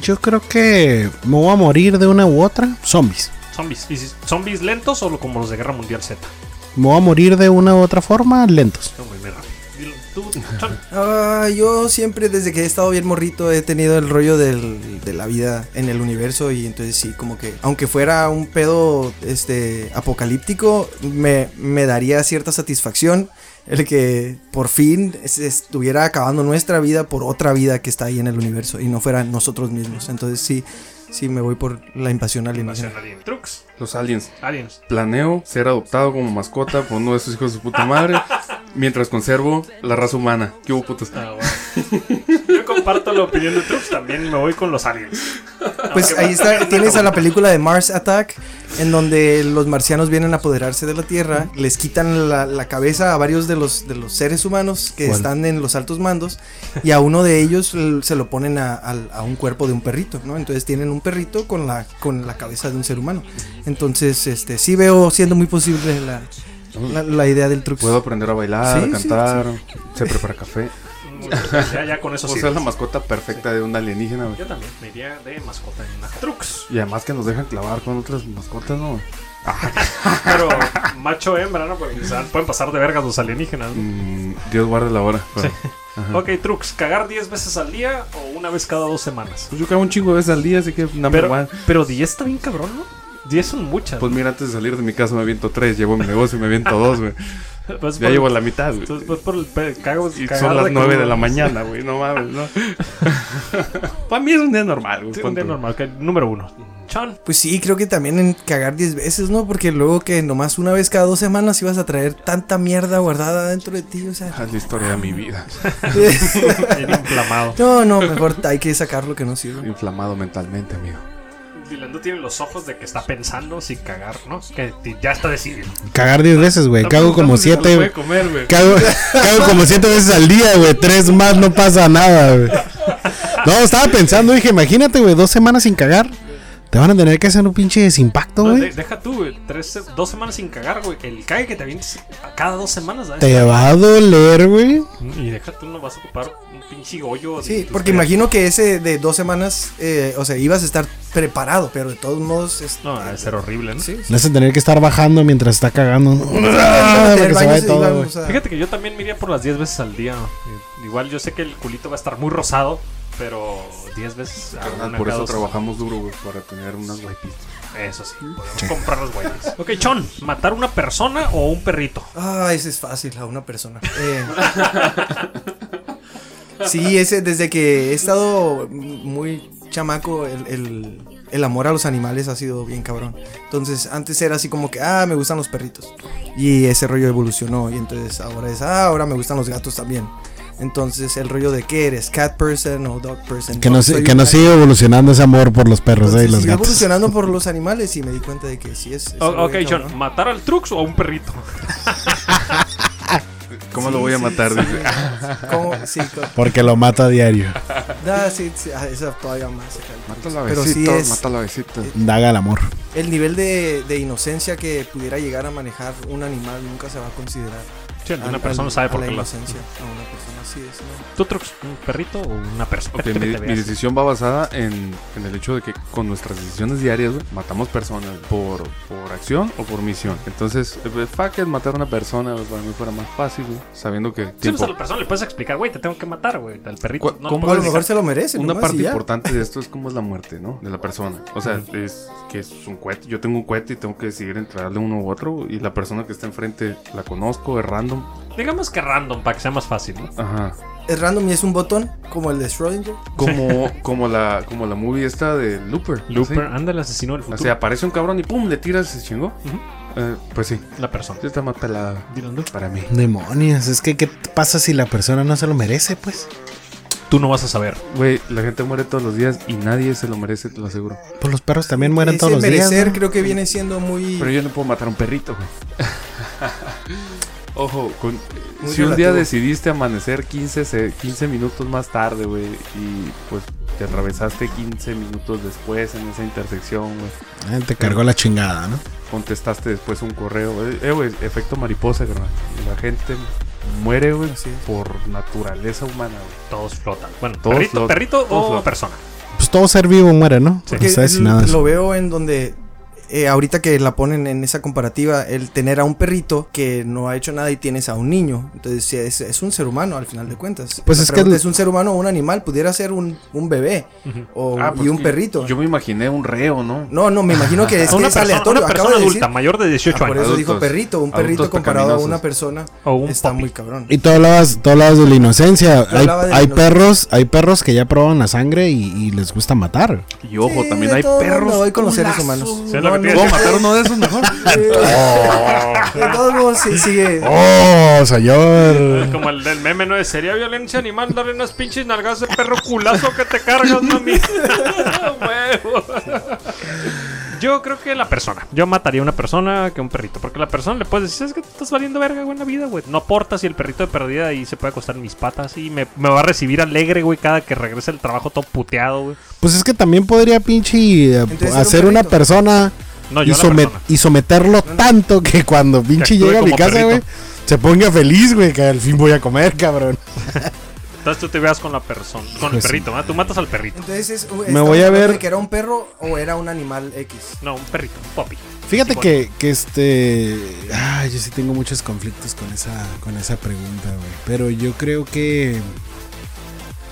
S4: yo creo que me voy a morir de una u otra. Zombies.
S2: Zombies. ¿Y si- ¿Zombies lentos o como los de Guerra Mundial Z?
S4: Me voy a morir de una u otra forma, lentos.
S2: No, muy muy rápido. Dylan, tú, Chan.
S6: Ah, yo siempre, desde que he estado bien morrito, he tenido el rollo del- de la vida en el universo y entonces sí, como que, aunque fuera un pedo este, apocalíptico, me, me daría cierta satisfacción el que por fin se estuviera acabando nuestra vida por otra vida que está ahí en el universo y no fuera nosotros mismos. Entonces sí, sí me voy por la invasión
S2: Invasión
S6: alienígena.
S2: alienígena. Trux.
S5: Los aliens.
S2: Aliens.
S5: Planeo ser adoptado como mascota por uno de esos hijos de su puta madre mientras conservo la raza humana. ¿Qué hubo, putos?
S2: Ah, bueno. Yo comparto la opinión de Trux. También me voy con los aliens.
S6: Pues
S2: Aunque-
S6: ahí está, tienes a la película de Mars Attack, en donde los marcianos vienen a apoderarse de la Tierra, les quitan la, la cabeza a varios de los, de los seres humanos que
S4: ¿Cuál?
S6: están en los altos mandos, y a uno de ellos l- se lo ponen a, al- a un cuerpo de un perrito, ¿no? Entonces tienen un perrito con la, con la cabeza de un ser humano. Entonces, este, sí veo siendo muy posible la, la, la idea del truco.
S5: Puedo aprender a bailar,
S6: Sí,
S5: a
S6: sí,
S5: cantar, se prepara café.
S2: Muy bien, Ya, ya con eso
S5: O
S2: sí.
S5: sea, es la mascota perfecta de un alienígena, güey.
S2: Yo también me iría de mascota en una Trux.
S5: Y además que nos dejan clavar con otras mascotas, ¿no?
S2: Pero macho hembra, ¿no? Porque o sea, pueden pasar de vergas los alienígenas. ¿no?
S5: Mm, Dios guarde la hora. pero- Ajá.
S2: Ok, Trux, cagar 10 veces al día o una vez cada dos semanas.
S5: Pues yo cago un chingo de veces al día, así que number
S2: Pero,
S5: one.
S2: pero 10 está bien cabrón, ¿no? 10 son muchas.
S5: Pues mira, antes de salir de mi casa me aviento tres, llevo mi negocio y me aviento dos, güey.
S2: Vas
S5: Ya
S2: por-
S5: llevo la mitad, güey.
S2: entonces vas pues por el pe- cago,
S5: Y
S2: cagar
S5: son las
S2: de
S5: nueve de la
S2: culo.
S5: mañana, güey, no mames, ¿no? Para mí es un día normal, güey.
S2: Sí, un día
S5: ponte.
S2: normal, que- número uno. Chan.
S6: Pues sí, creo que también en cagar 10 veces, ¿no? Porque luego que nomás una vez cada dos semanas ibas a traer tanta mierda guardada dentro de ti, o sea...
S5: Ah, Es la historia de mi vida.
S2: Bien inflamado.
S6: No, no, mejor hay que sacar lo que no sirve.
S5: Inflamado mentalmente, amigo.
S2: Dylan Du tiene los ojos de que está pensando sin cagar, ¿no? Que ti- ya está decidido.
S4: Cagar
S5: Ah,
S4: 10 veces, güey. Cago como
S5: siete
S4: 7.
S5: comer, güey.
S4: Cago, cago como siete veces al día, güey. Tres más no pasa nada, güey. No, estaba pensando, dije, imagínate, güey, dos semanas sin cagar. Te van a tener que hacer un pinche desimpacto,
S2: No,
S4: güey.
S2: de- deja tú, güey. Tres, se- dos semanas sin cagar, güey. El cague que te avientes cada dos semanas, ¿sabes?
S4: Te va a doler, güey.
S2: Y deja tú, no vas a ocupar un pinche hoyo. de
S6: Sí,
S2: tus
S6: porque
S2: dedos.
S6: imagino que ese de dos semanas, eh, o sea, ibas a estar preparado, pero de todos modos. este, es-
S2: No, debe ser horrible, ¿no?
S6: Sí, sí.
S4: Le vas a tener que estar bajando mientras está cagando.
S6: Para tener
S4: Para que Ah, se
S6: baños
S4: vaya
S6: y
S4: todo,
S6: baños,
S4: güey.
S6: o sea,
S2: Fíjate que yo también me iría por las 10 veces al día. Eh, Igual yo sé que el culito va a estar muy rosado, pero 10 veces a una
S5: Por
S2: cada
S5: eso
S2: dos-
S5: trabajamos duro, güey, para tener unas guaypitas.
S2: Eso sí, podemos comprar los guayas. Ok, Chon, ¿matar una persona o un perrito?
S6: Ah, ese es fácil a una persona. Eh, sí, ese desde que he estado muy chamaco, el, el- el amor a los animales ha sido bien cabrón. Entonces, antes era así como que, ah, me gustan los perritos. Y ese rollo evolucionó. Y entonces ahora es, ah, ahora me gustan los gatos también. Entonces, el rollo de que eres cat person o dog person.
S4: Que no,
S6: soy
S4: se- que
S6: un
S4: no
S6: animal.
S4: sigue evolucionando ese amor por los perros eh, y
S6: Entonces,
S4: los
S6: siguió
S4: gatos.
S6: evolucionando por los animales y me di cuenta de que sí es. es
S2: O-
S6: algo
S2: ok,
S6: bien
S2: Chon,
S6: cabrón.
S2: ¿matar al Trux o a un perrito?
S5: ¿Cómo lo voy a matar? Dice. "Ah,
S6: ¿Cómo? Sí, co-
S4: Porque lo mata a diario.
S6: Da, sí, sí, ah, esa todavía más. acá.
S5: Mátalo a
S6: Pero sí
S5: besitos,
S6: es-
S5: mátalo a besitos.
S4: Daga el amor.
S6: El nivel de, de inocencia que pudiera llegar a manejar un animal nunca se va a considerar.
S2: Sí, una
S6: Al-
S2: persona
S6: al-
S2: sabe
S6: a
S2: por
S6: la
S2: qué lo hace.
S6: inocencia. A una persona así es. ¿no?
S2: ¿Tú, Trux, un perrito o una persona?
S5: Ok, mi, mi decisión va basada en, en el hecho de que con nuestras decisiones diarias güey, matamos personas por, por acción o por misión. Entonces, eh, fuck it, matar a una persona güey, para mí fuera más fácil, güey, sabiendo que
S2: Si no
S6: pues,
S5: tiempo-
S2: a la persona le puedes explicar, güey, te tengo que matar, güey, al perrito.
S5: ¿Cu-
S2: No,
S5: cómo
S2: lo
S6: O a
S2: puedes
S6: lo mejor
S2: dejar.
S6: se lo merece.
S5: una
S6: nomás, y
S5: parte
S6: ya.
S5: importante de esto es cómo es la muerte, ¿no? De la persona. O sea, es que es un cohete. Yo tengo un cohete y tengo que decidir entre darle uno u otro. Y la persona que está enfrente la conozco, es random.
S2: Digamos que random, para que sea más fácil, ¿no?
S5: Ajá.
S6: Es random y es un botón, como el de Schrödinger.
S5: Como, como, la, como la movie esta de Looper.
S2: Looper,
S5: ¿sí?
S2: anda el asesino
S6: ah,
S2: del
S5: O
S2: futuro.
S5: sea, aparece un cabrón y pum, le tiras y se chingó. Eh, pues sí,
S2: la persona.
S5: sí está más pelada
S2: Dylan, ¿tú?
S5: para mí.
S4: Demonios, es que ¿qué pasa si la persona no se lo merece, pues?
S2: Tú no vas a saber.
S5: Güey, la gente muere todos los días y nadie se lo merece, te lo aseguro.
S4: Pues los perros también mueren
S6: Ese
S4: todos los
S6: merecer
S4: días. ¿no?
S6: creo que viene siendo muy.
S5: Pero yo no puedo matar a un perrito, güey. Ojo, con, si
S6: Muy
S5: un día
S6: relativo.
S5: decidiste amanecer 15, se- 15 minutos más tarde, güey, y pues te atravesaste 15 minutos después en esa intersección, güey.
S4: Eh, te cargó la chingada, ¿no?
S5: Contestaste después un correo, güey. Eh, güey, efecto mariposa, carnal. La gente muere, güey,
S6: Así es.
S5: por naturaleza humana, güey.
S2: Todos flotan. Bueno,
S5: Todos
S2: perrito,
S5: flotan.
S2: perrito
S5: Todos
S2: o
S5: flotan.
S2: persona.
S4: Pues todo ser vivo muere, ¿no?
S2: Sí.
S4: No
S6: que
S4: está destinado a eso.
S6: lo veo en donde eh, ahorita que la ponen en esa comparativa, el tener a un perrito que no ha hecho nada y tienes a un niño. Entonces sí, es, es un ser humano al final de cuentas.
S4: Pues
S6: La
S4: es que
S6: pregunta
S4: el-
S6: es un ser humano o un animal, pudiera ser un, un bebé o,
S5: Ah, pues
S6: y un
S5: que
S6: perrito.
S5: Yo me imaginé un reo, ¿no?
S6: No, no, me imagino que es, que
S2: una
S6: es
S2: persona,
S6: aleatorio.
S2: una
S6: Acabo
S2: persona
S6: de decir.
S2: adulta, mayor de
S6: Ah,
S2: 18
S6: por
S2: años.
S6: eso dijo
S5: Adultos.
S6: perrito, un
S5: Adultos
S6: perrito comparado a una
S5: pecaminosos.
S6: persona
S2: O un
S6: está
S2: puppy.
S6: muy cabrón.
S4: Y tú hablabas, tú hablabas de la inocencia. Hay,
S6: hablaba de la
S4: hay
S6: inocencia.
S4: perros, hay perros que ya probaron la sangre y, y les gusta matar.
S5: Y ojo,
S6: Sí,
S5: también
S6: de
S5: hay
S6: todo
S5: perros.
S6: me voy con los seres
S5: culazos.
S6: humanos.
S2: Sí, es lo que te iba a
S5: ¿Puedo
S2: decir.
S5: matar uno de esos mejor?
S6: De todos modos, sí, sigue.
S4: ¡Oh, señor!
S2: Como el del meme, ¿no? Sería violencia animal darle unas pinches nalgas de perro culazo que te cargas, mami. Huevo. Yo creo que la persona. Yo mataría a una persona que a un perrito. Porque la persona le puedes decir, es que te estás valiendo verga, güey, en la vida, güey. No aportas y el perrito de perdida ahí se puede acostar en mis patas y me, me va a recibir alegre, güey, cada que regrese el trabajo todo puteado, güey.
S4: Pues es que también podría pinche eh,
S6: Entonces,
S4: hacer
S6: era un
S4: una
S6: perrito.
S4: persona,
S2: No, yo
S4: y,
S2: una
S4: somet-
S2: persona.
S4: y someterlo tanto que cuando pinche
S2: actúe
S4: llega a mi
S2: como
S4: casa,
S2: perrito.
S4: güey, se ponga feliz, güey, que al fin voy a comer, cabrón.
S2: Entonces tú te veas con la persona, con el
S4: Pues sí.
S2: perrito, ¿no? Tú matas al perrito.
S6: Entonces, es-
S4: Me voy a
S6: estamos hablando
S4: ver-
S6: de que era un perro o era un animal X.
S2: No, un perrito, un poppy.
S4: Fíjate
S2: Simón.
S4: que, que este. Ah, yo sí tengo muchos conflictos con esa, con esa pregunta, güey. Pero yo creo que.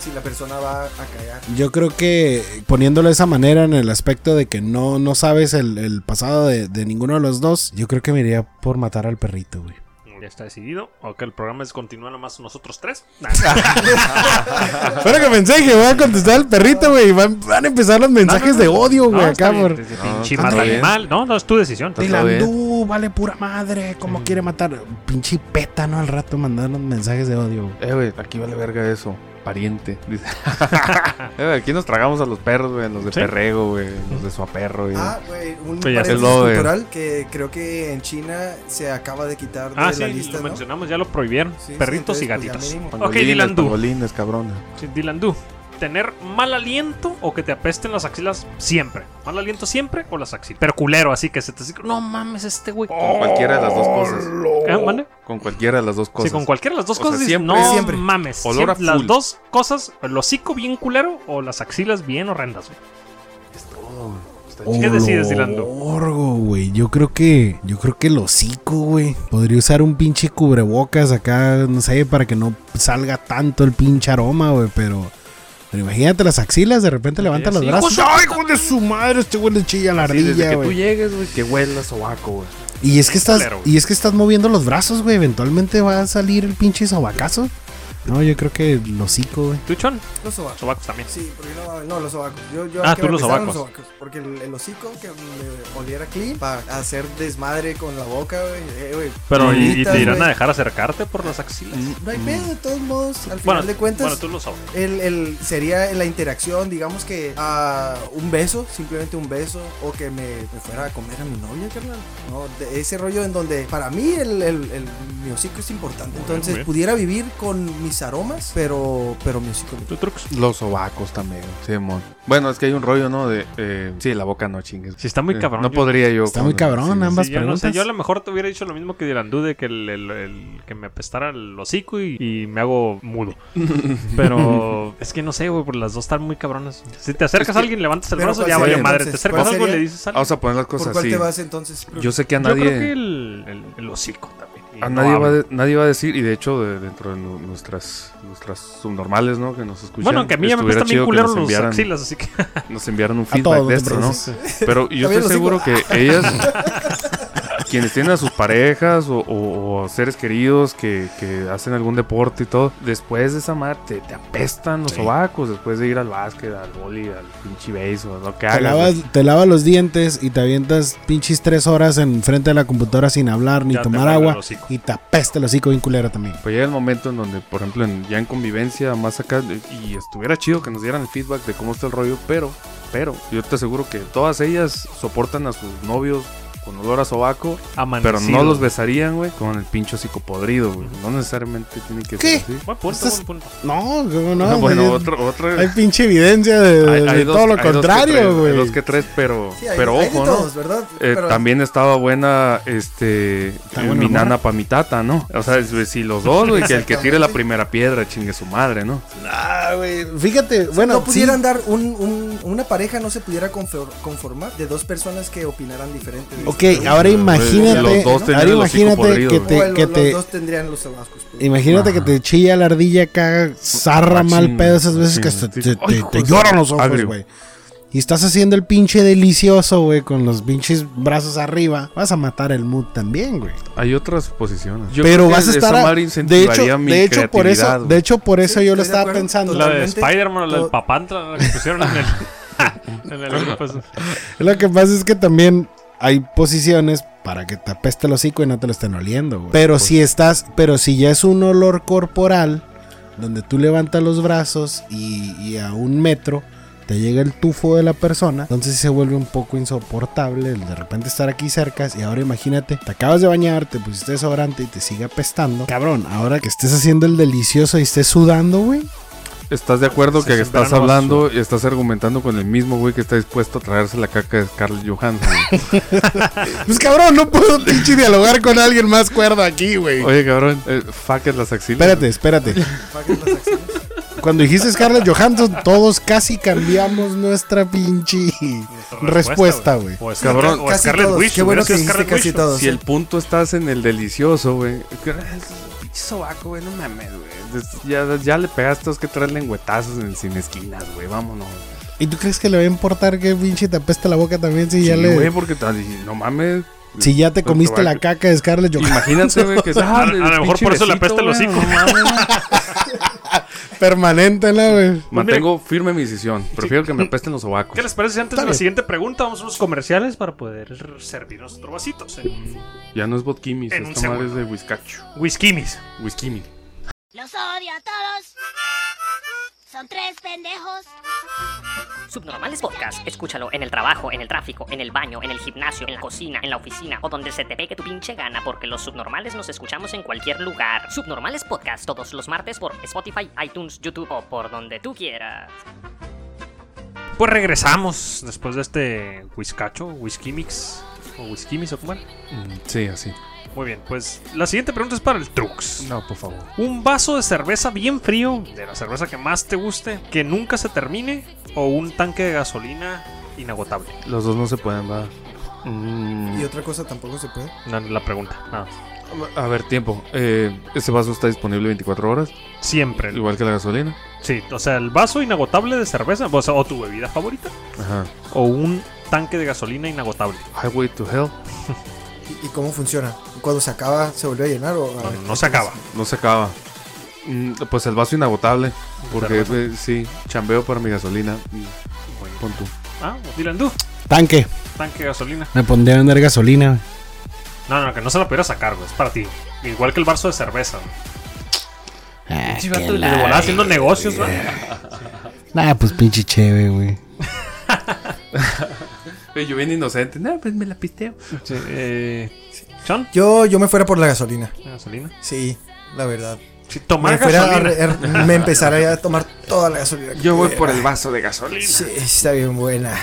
S6: Si la persona va a cagar.
S4: Yo creo que poniéndolo de esa manera, en el aspecto de que no, no sabes el, el pasado de, de ninguno de los dos, yo creo que me iría por matar al perrito, güey.
S2: Ya está decidido. Ok, el programa es continuar nomás nosotros tres.
S4: Ahora que pensé que voy a contestar al perrito, güey. y Van, van a empezar los mensajes de odio, güey, acá, por-
S2: Pinche
S5: Ah, está
S2: mata
S5: todo bien.
S2: animal. No, no, es tu decisión.
S5: Está
S4: Dylan
S5: todo bien.
S4: Du, vale pura madre, como quiere matar. Pinche pétano al rato mandando mensajes de odio, güey.
S5: Eh, güey, aquí vale verga eso. pariente. Dice. Eh, Aquí nos tragamos a los perros, güey, los de
S2: Sí.
S5: perrego, güey, los de suaperro. güey.
S6: Ah, güey, un
S2: Pues ya
S6: paréntesis
S5: se lo de-
S6: cultural que creo que en China se acaba de quitar de
S2: Ah,
S6: la
S2: sí,
S6: lista,
S2: lo
S6: ¿no?
S2: mencionamos, ya lo prohibieron.
S6: Sí, sí,
S2: Perritos
S6: entonces,
S2: y
S6: pues, ya
S2: gatitos.
S6: mínimo.
S2: ok, Dylan Du.
S5: pangolines, cabrona.
S2: Sí, Dylan Du. ¿Tener mal aliento o que te apesten las axilas siempre? ¿Mal aliento siempre o las axilas? Pero culero, así que se te... No mames, este güey.
S5: Oh, Con cualquiera de las dos cosas.
S2: ¿Eh, mande?
S5: Con cualquiera de las dos cosas.
S2: Sí, con cualquiera de las dos
S5: O sea,
S2: cosas. dices,
S5: siempre,
S2: no
S6: siempre.
S2: mames.
S5: Olor a
S2: siempre las
S5: full.
S2: dos cosas, el hocico bien culero o las axilas bien horrendas. güey. ¿Qué decides, Dylan Du?
S4: Orgo, güey. Yo creo que. Yo creo que el hocico, güey. Podría usar un pinche cubrebocas acá, no sé, para que no salga tanto el pinche aroma, güey. Pero. Pero imagínate las axilas, de repente levantan los
S2: así,
S4: brazos. ¡Ay, hijo de su madre! Este güey le chilla la
S5: Sí, desde
S4: ardilla,
S5: que tú
S4: güey.
S5: llegues, güey, que huela sobaco, güey.
S4: Y es que estás.
S2: Culero, güey.
S4: Y es que estás moviendo los brazos, güey. Eventualmente va a salir el pinche sobacazo. No, yo creo que el hocico, güey.
S2: ¿Tú, Chon?
S6: Los sobacos.
S2: Sobacos también.
S6: Sí, porque no, no, los sobacos. Yo, yo
S2: Ah,
S6: que
S2: tú
S6: me
S2: los
S6: empezaron
S2: sobacos.
S6: Porque el, el hocico que me oliera clean para hacer desmadre con la boca, güey. eh, güey.
S2: Pero, ¿y, y
S6: Bolitas,
S2: te irán
S6: güey.
S2: a dejar acercarte por las axilas?
S6: No hay pedo, de todos modos. Al final
S2: Mm. Bueno,
S6: de cuentas,
S2: bueno, tú lo sabes.
S6: el, el- sería la interacción, digamos que a un beso, simplemente un beso, o que me, me fuera a comer a mi novia, carnal. No, de ese rollo en donde para mí el, el, el- mi hocico es importante. Entonces
S2: bien.
S6: pudiera vivir con mis aromas, pero, pero mi hocico no.
S2: ¿Tú, Trux?
S5: Los sobacos también, Simón. Bueno, es que hay un rollo, ¿no? De. Eh, sí, la boca no chingues.
S2: Sí, está muy
S5: Eh,
S2: cabrón,
S5: No
S2: yo-
S5: podría yo.
S4: Está
S5: con-
S4: muy cabrón,
S5: sí,
S4: ambas
S2: Sí, yo no sé,
S4: preguntas.
S2: yo a lo mejor te hubiera dicho lo mismo que Dylan Du de que, el, el- el- que me apestara el hocico y, y me hago mudo. Pero es que no sé, güey, por las dos están muy cabronas. Si te acercas
S5: Es
S2: a
S5: que-
S2: alguien, levantas el
S6: pero
S2: brazo,
S6: ¿cuál
S2: ya
S6: sería
S2: vaya madre. Te
S6: entonces?
S2: acercas
S6: ¿Cuál
S2: algo y le
S6: sería?
S2: dices algo.
S5: Vamos a poner las cosas
S6: ¿Por cuál
S5: así.
S6: te vas entonces? bro?
S5: Yo sé que a
S2: Yo
S5: Ah, nadie.
S2: creo que el, el- el hocico también. Y
S5: A
S2: no
S5: Ah, nadie, va
S2: hablo.
S5: de- nadie va a decir, y de hecho, de- dentro de nu- nuestras, nuestras subnormales, ¿no? Que nos escuchan.
S2: Bueno, que a mí ya me
S5: estuviera
S2: apestan bien
S5: chido que
S2: culeros
S5: nos
S2: los
S5: enviaran-
S2: axilas, así que.
S5: Nos enviaron un
S4: A todos,
S5: feedback
S4: no
S5: de
S4: te
S5: esto, ¿no?
S4: preocupes.
S5: Pero yo
S6: También
S5: estoy
S6: los
S5: seguro que ellas, quienes tienen a sus parejas o, o- o seres queridos que, que hacen algún deporte y todo, después de esa madre te, te apestan los sobacos, después de ir al básquet, al boli, al pinche base o lo
S4: Te
S5: que hagas.
S4: lavas,
S5: güey.
S4: te lavas los dientes y te avientas pinches tres horas en frente de la computadora sin hablar ni
S2: Ya te
S4: tomar
S2: huele el
S4: agua
S2: hocico.
S4: y te apesta el hocico bien culero también.
S5: Pues llega el momento en donde, por ejemplo, en- ya en convivencia, más acá, de- y estuviera chido que nos dieran el feedback de cómo está el rollo, pero, pero, yo te aseguro que todas ellas soportan a sus novios con olor a sobaco Pero
S2: Amanecido.
S5: no los besarían, güey, con el pincho hocico podrido, güey. No necesariamente tienen que
S4: ¿Qué?
S5: ser así.
S2: Buen punto,
S4: Estás-
S2: buen punto.
S4: No, no, no.
S5: bueno,
S4: güey.
S5: otro, otro.
S4: Hay pinche evidencia de,
S5: hay-
S4: de
S5: hay dos-
S4: todo lo
S5: hay dos que tres,
S4: contrario,
S5: hay Dos
S4: güey.
S5: que tres, pero,
S6: Sí, hay-
S5: pero
S6: hay de
S5: ojo,
S6: todos,
S5: ¿no?
S6: ¿verdad?
S5: Eh,
S6: Pero-
S5: también estaba buena, este, eh,
S4: buena
S5: mi
S4: la
S5: nana pa' mi tata, ¿no? O sea, es- si los dos, güey, que el que tire la
S6: Exactamente.
S5: primera piedra chingue su madre, ¿no?
S4: Ah, güey, Fíjate, bueno,
S6: no
S4: sí,
S6: pudieran dar un, un- una pareja no se pudiera confor- conformar de dos personas que opinaran diferente. de
S4: Ok,
S6: esto.
S4: ahora imagínate,
S5: Los dos tenían
S4: ahora
S5: el hocico
S4: imagínate
S5: podrido,
S4: que
S5: güey.
S4: te,
S6: Bueno,
S4: que
S6: los
S4: te-
S6: dos tendrían los tabascos. pues.
S4: imagínate que te chilla la ardilla acá, zarra
S5: Machín,
S4: mal pedo esas veces
S5: machín,
S4: que hasta
S5: Ah, sí.
S4: te,
S5: Ay,
S4: te-
S5: hijo
S4: te
S5: de su-
S4: lloran los ojos,
S5: agrio.
S4: güey. Y estás haciendo el pinche delicioso, güey, con los pinches brazos arriba. Vas a matar el mood también, güey.
S5: Hay otras posiciones.
S4: pero vas a estar a- de hecho de hecho por eso de hecho por eso
S6: Sí,
S4: yo
S6: estoy de
S4: lo estaba
S6: acuerdo.
S4: pensando
S2: La de
S6: Realmente,
S2: Spider-Man o la del
S6: todo-
S2: Papantla, la que pusieron en el. en el pues, grupo ese.
S4: lo que pasa es que también hay posiciones para que te apeste el hocico y no te lo estén oliendo güey. pero si estás pero si ya es un olor corporal donde tú levantas los brazos y, y a un metro te llega el tufo de la persona, entonces sí se vuelve un poco insoportable el de repente estar aquí cerca. Y ahora imagínate, te acabas de bañar, te pusiste desodorante y te sigue apestando. Cabrón, ahora que estés haciendo el delicioso y estés sudando, güey.
S5: ¿Estás de acuerdo
S2: Sí,
S5: que
S2: sí,
S5: estás
S2: verano vas a
S5: hablando y estás argumentando con el mismo güey que está dispuesto a traerse la caca de Scarlett Johansson? güey?
S4: Pues cabrón, no puedo pinche dialogar con alguien más cuerdo aquí, güey.
S5: Oye, cabrón, eh, fuck it, las axilas.
S4: Espérate, espérate.
S6: Paguen las acciones.
S4: Cuando dijiste Scarlett Johansson, todos casi cambiamos nuestra pinche respuesta, güey.
S2: O es
S5: Cabrón,
S2: o
S6: casi
S2: Scarlet
S6: todos.
S2: Pues, Witch.
S6: Qué bueno
S2: hubiera sido
S6: que dijiste
S2: Scarlet
S6: casi
S2: Witch.
S6: todos.
S5: Si el punto estás en el delicioso, güey. que- "Ah, Pinche sobaco, güey, no mames, güey. Des- Ya, ya le pegaste, es que traes lengüetazos en el sin esquinas, güey. Vámonos.
S4: ¿Y tú crees que le va a importar que pinche te apesta la boca también si
S5: Sí,
S4: ya
S5: güey,
S4: le...
S5: porque te- no mames.
S4: Si ya te
S5: Pues
S4: comiste
S5: va-
S4: la caca de Scarlett Johansson
S5: Imagínate, güey, que
S2: A- a lo mejor por eso le apesta el hocico.
S4: permanente, ¿no, güey?
S2: Pues
S5: Mantengo firme mi decisión. Prefiero que me apesten los sobacos.
S2: Mm. ¿Qué les parece si antes
S4: Está
S2: de la
S4: bien.
S2: siguiente pregunta vamos a unos comerciales para poder servir nuestros vasitos en
S5: Ya no es botquimis,
S2: En un
S5: esta madre es
S2: segundo.
S5: de whiskacho.
S2: Whiskimis?
S5: Whiskimi.
S3: Los odio a todos. Son tres pendejos.
S7: Subnormales Podcast. Escúchalo en el trabajo, en el tráfico, en el baño, en el gimnasio, en la cocina, en la oficina o donde se te pegue tu pinche gana porque los subnormales nos escuchamos en cualquier lugar. Subnormales Podcast todos los martes por Spotify, iTunes, YouTube o por donde tú quieras.
S2: Pues regresamos después de este whiskacho, whisky mix o whisky mix o cómo era.
S5: Mm, Sí, así.
S2: Muy bien, pues la siguiente pregunta es para el Trux.
S5: No, por favor.
S2: Un vaso de cerveza bien frío, de la cerveza que más te guste, que nunca se termine, o un tanque de gasolina inagotable.
S5: Los dos no se pueden, va. Mm,
S6: Y otra cosa tampoco se puede.
S2: No es la pregunta. nada más.
S5: a ver, tiempo. Eh, este vaso está disponible 24 horas,
S2: Siempre.
S5: igual que la gasolina.
S2: Sí, o sea, el vaso inagotable de cerveza, o, sea, o tu bebida favorita,
S5: Ajá.
S2: o un tanque de gasolina inagotable.
S5: Highway to Hell.
S6: ¿Y, y cómo funciona? ¿Cuando se acaba se vuelve a llenar o...? a
S2: No,
S6: ver,
S2: no se acaba.
S5: No se acaba. Mm, pues el vaso inagotable. Porque
S2: Cerveza.
S5: eh, sí, chambeo para mi gasolina. Y, pon tú.
S2: Ah, Dylan, tú,
S4: Tanque.
S2: tanque de gasolina.
S4: Me pondría a vender gasolina.
S2: No, no, que no se la pudiera sacar, güey, es para ti. Igual que el vaso de cerveza. güey.
S4: Ah,
S2: Sí,
S4: qué
S2: vato, de
S4: la-
S2: volada haciendo negocios, güey.
S4: Nah, pues pinche chévere, güey.
S5: Eh, Yo bien inocente. No, pues me la pisteo.
S2: Sí, eh, ¿Sean?
S6: Yo, yo me fuera por la gasolina.
S2: ¿Gasolina?
S6: Sí, la verdad.
S2: Sí, tomar
S6: me, fuera a
S2: gasolina.
S6: re- er, me empezaré a tomar toda la gasolina. que
S5: Yo voy
S6: pudiera.
S5: por el vaso de gasolina.
S6: Sí, está bien buena.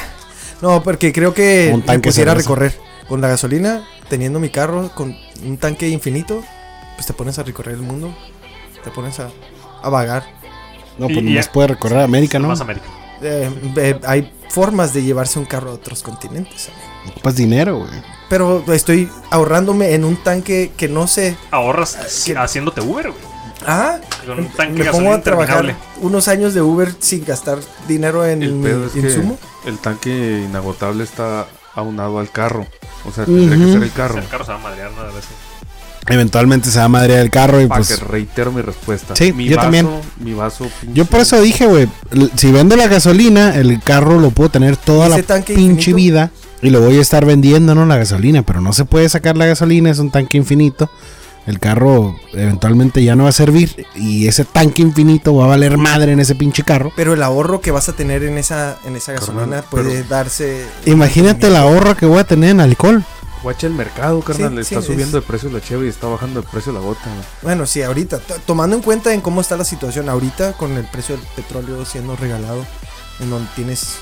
S6: No, porque creo que
S4: Un
S6: me
S4: tanque
S6: pusiera a
S4: cerveza.
S6: recorrer con la gasolina, teniendo mi carro con un tanque infinito, pues te pones a recorrer el mundo, te pones a, a vagar.
S4: No,
S2: Y-
S4: pues
S2: y
S4: más
S2: ya-
S4: puede recorrer América, ¿no?
S2: Más América.
S6: Eh, eh, hay formas de llevarse un carro a otros continentes. amigo.
S4: Pues dinero, güey.
S6: Pero estoy ahorrándome en un tanque que no sé.
S2: Ahorras
S6: ¿Qué?
S2: haciéndote Uber, güey.
S6: Ah,
S2: Con un tanque
S6: me
S2: de
S6: pongo
S2: gasolina
S6: a trabajar
S2: interminable.
S6: unos años de Uber sin gastar dinero en
S4: Mm,
S5: El
S6: mi
S5: pedo es que
S6: insumo.
S5: el tanque inagotable está aunado al carro. O sea, tendría que
S4: Ujú.
S5: ser el
S2: O sea,
S5: carro.
S2: El carro se va a madrear una vez.
S4: Eventualmente se va a madrear el carro y
S5: Para
S4: pues.
S5: que reitero mi respuesta.
S4: Sí,
S5: mi
S4: yo
S5: vaso,
S4: también.
S5: Mi vaso. pinche-
S4: Yo por eso dije, güey, l- si vendo la gasolina, el carro lo puedo tener toda
S6: ¿Y
S4: la
S6: ese tanque
S4: pinche
S6: infinito?
S4: vida y lo voy a estar vendiendo, no la gasolina, pero no se puede sacar la gasolina, es un tanque infinito. El carro eventualmente ya no va a servir y ese tanque infinito va a valer madre en ese pinche carro.
S6: Pero el ahorro que vas a tener en esa, en esa
S5: Carnal,
S6: gasolina puede
S5: pero-
S6: darse.
S4: Imagínate el ahorro que voy a tener en alcohol.
S5: Guacha el mercado, carnal.
S6: Sí,
S5: le
S6: sí,
S5: está
S6: es-
S5: subiendo de precio la cheve y está bajando de precio la gota.
S6: Bueno, sí, ahorita. to- Tomando en cuenta en cómo está la situación ahorita, con el precio del petróleo siendo regalado, en donde tienes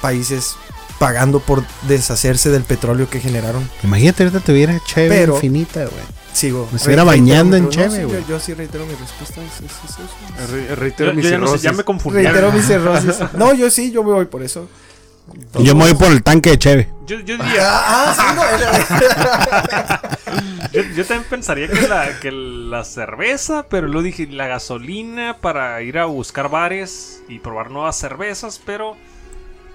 S6: países pagando por deshacerse del petróleo que generaron.
S4: Imagínate ahorita te hubiera chévere
S6: Pero-
S4: infinita, güey.
S6: Sigo.
S4: Me estuviera
S6: reitero
S4: bañando
S6: mi-
S4: en
S6: no,
S4: cheve,
S6: sí, yo-
S4: güey.
S6: yo, sí reitero mi respuesta. es- es- es eso.
S5: Re-
S2: Yo,
S5: reitero
S2: yo
S5: mi
S2: ya, no sé,
S5: cirrosis.
S2: ya me confundí.
S6: Reitero
S2: güey.
S6: mi cirrosis. No, yo sí, yo me voy por eso.
S4: Yo me voy por el tanque de cheve.
S2: Yo, yo diría,
S6: Ah, sí, no,
S2: yo, yo también pensaría que la, que la cerveza, pero luego dije la gasolina para ir a buscar bares y probar nuevas cervezas, pero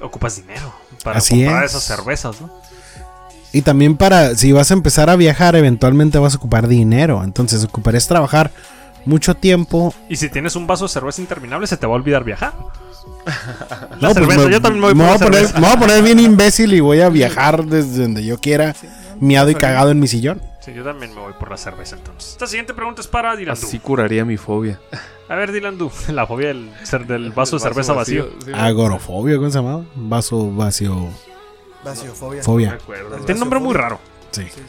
S2: ocupas dinero para
S4: Así
S2: comprar
S4: es.
S2: esas cervezas, ¿no?
S4: Y también para, si vas a empezar a viajar, eventualmente vas a ocupar dinero. Entonces ocuparás trabajar mucho tiempo.
S2: Y si tienes un vaso de cerveza interminable, se te va a olvidar viajar. La
S4: No, pues
S2: cerveza, yo también me voy por
S4: voy
S2: la
S4: a poner,
S2: cerveza.
S4: me voy a poner bien imbécil y voy a viajar desde donde yo quiera, miado y cagado en mi sillón.
S2: Sí, yo también me voy por la cerveza entonces. Esta siguiente pregunta es para Dylan Du.
S5: Así curaría mi fobia.
S2: A ver, Dylan Du, la fobia del, cer- del vaso de cerveza vacío.
S5: sí.
S4: Agorofobia, ¿cómo se llama? Vaso, vacío,
S6: Vaciofobia.
S2: No me
S4: fobia.
S2: acuerdo. Tiene un nombre muy raro.
S4: Sí.
S6: Sí, sí.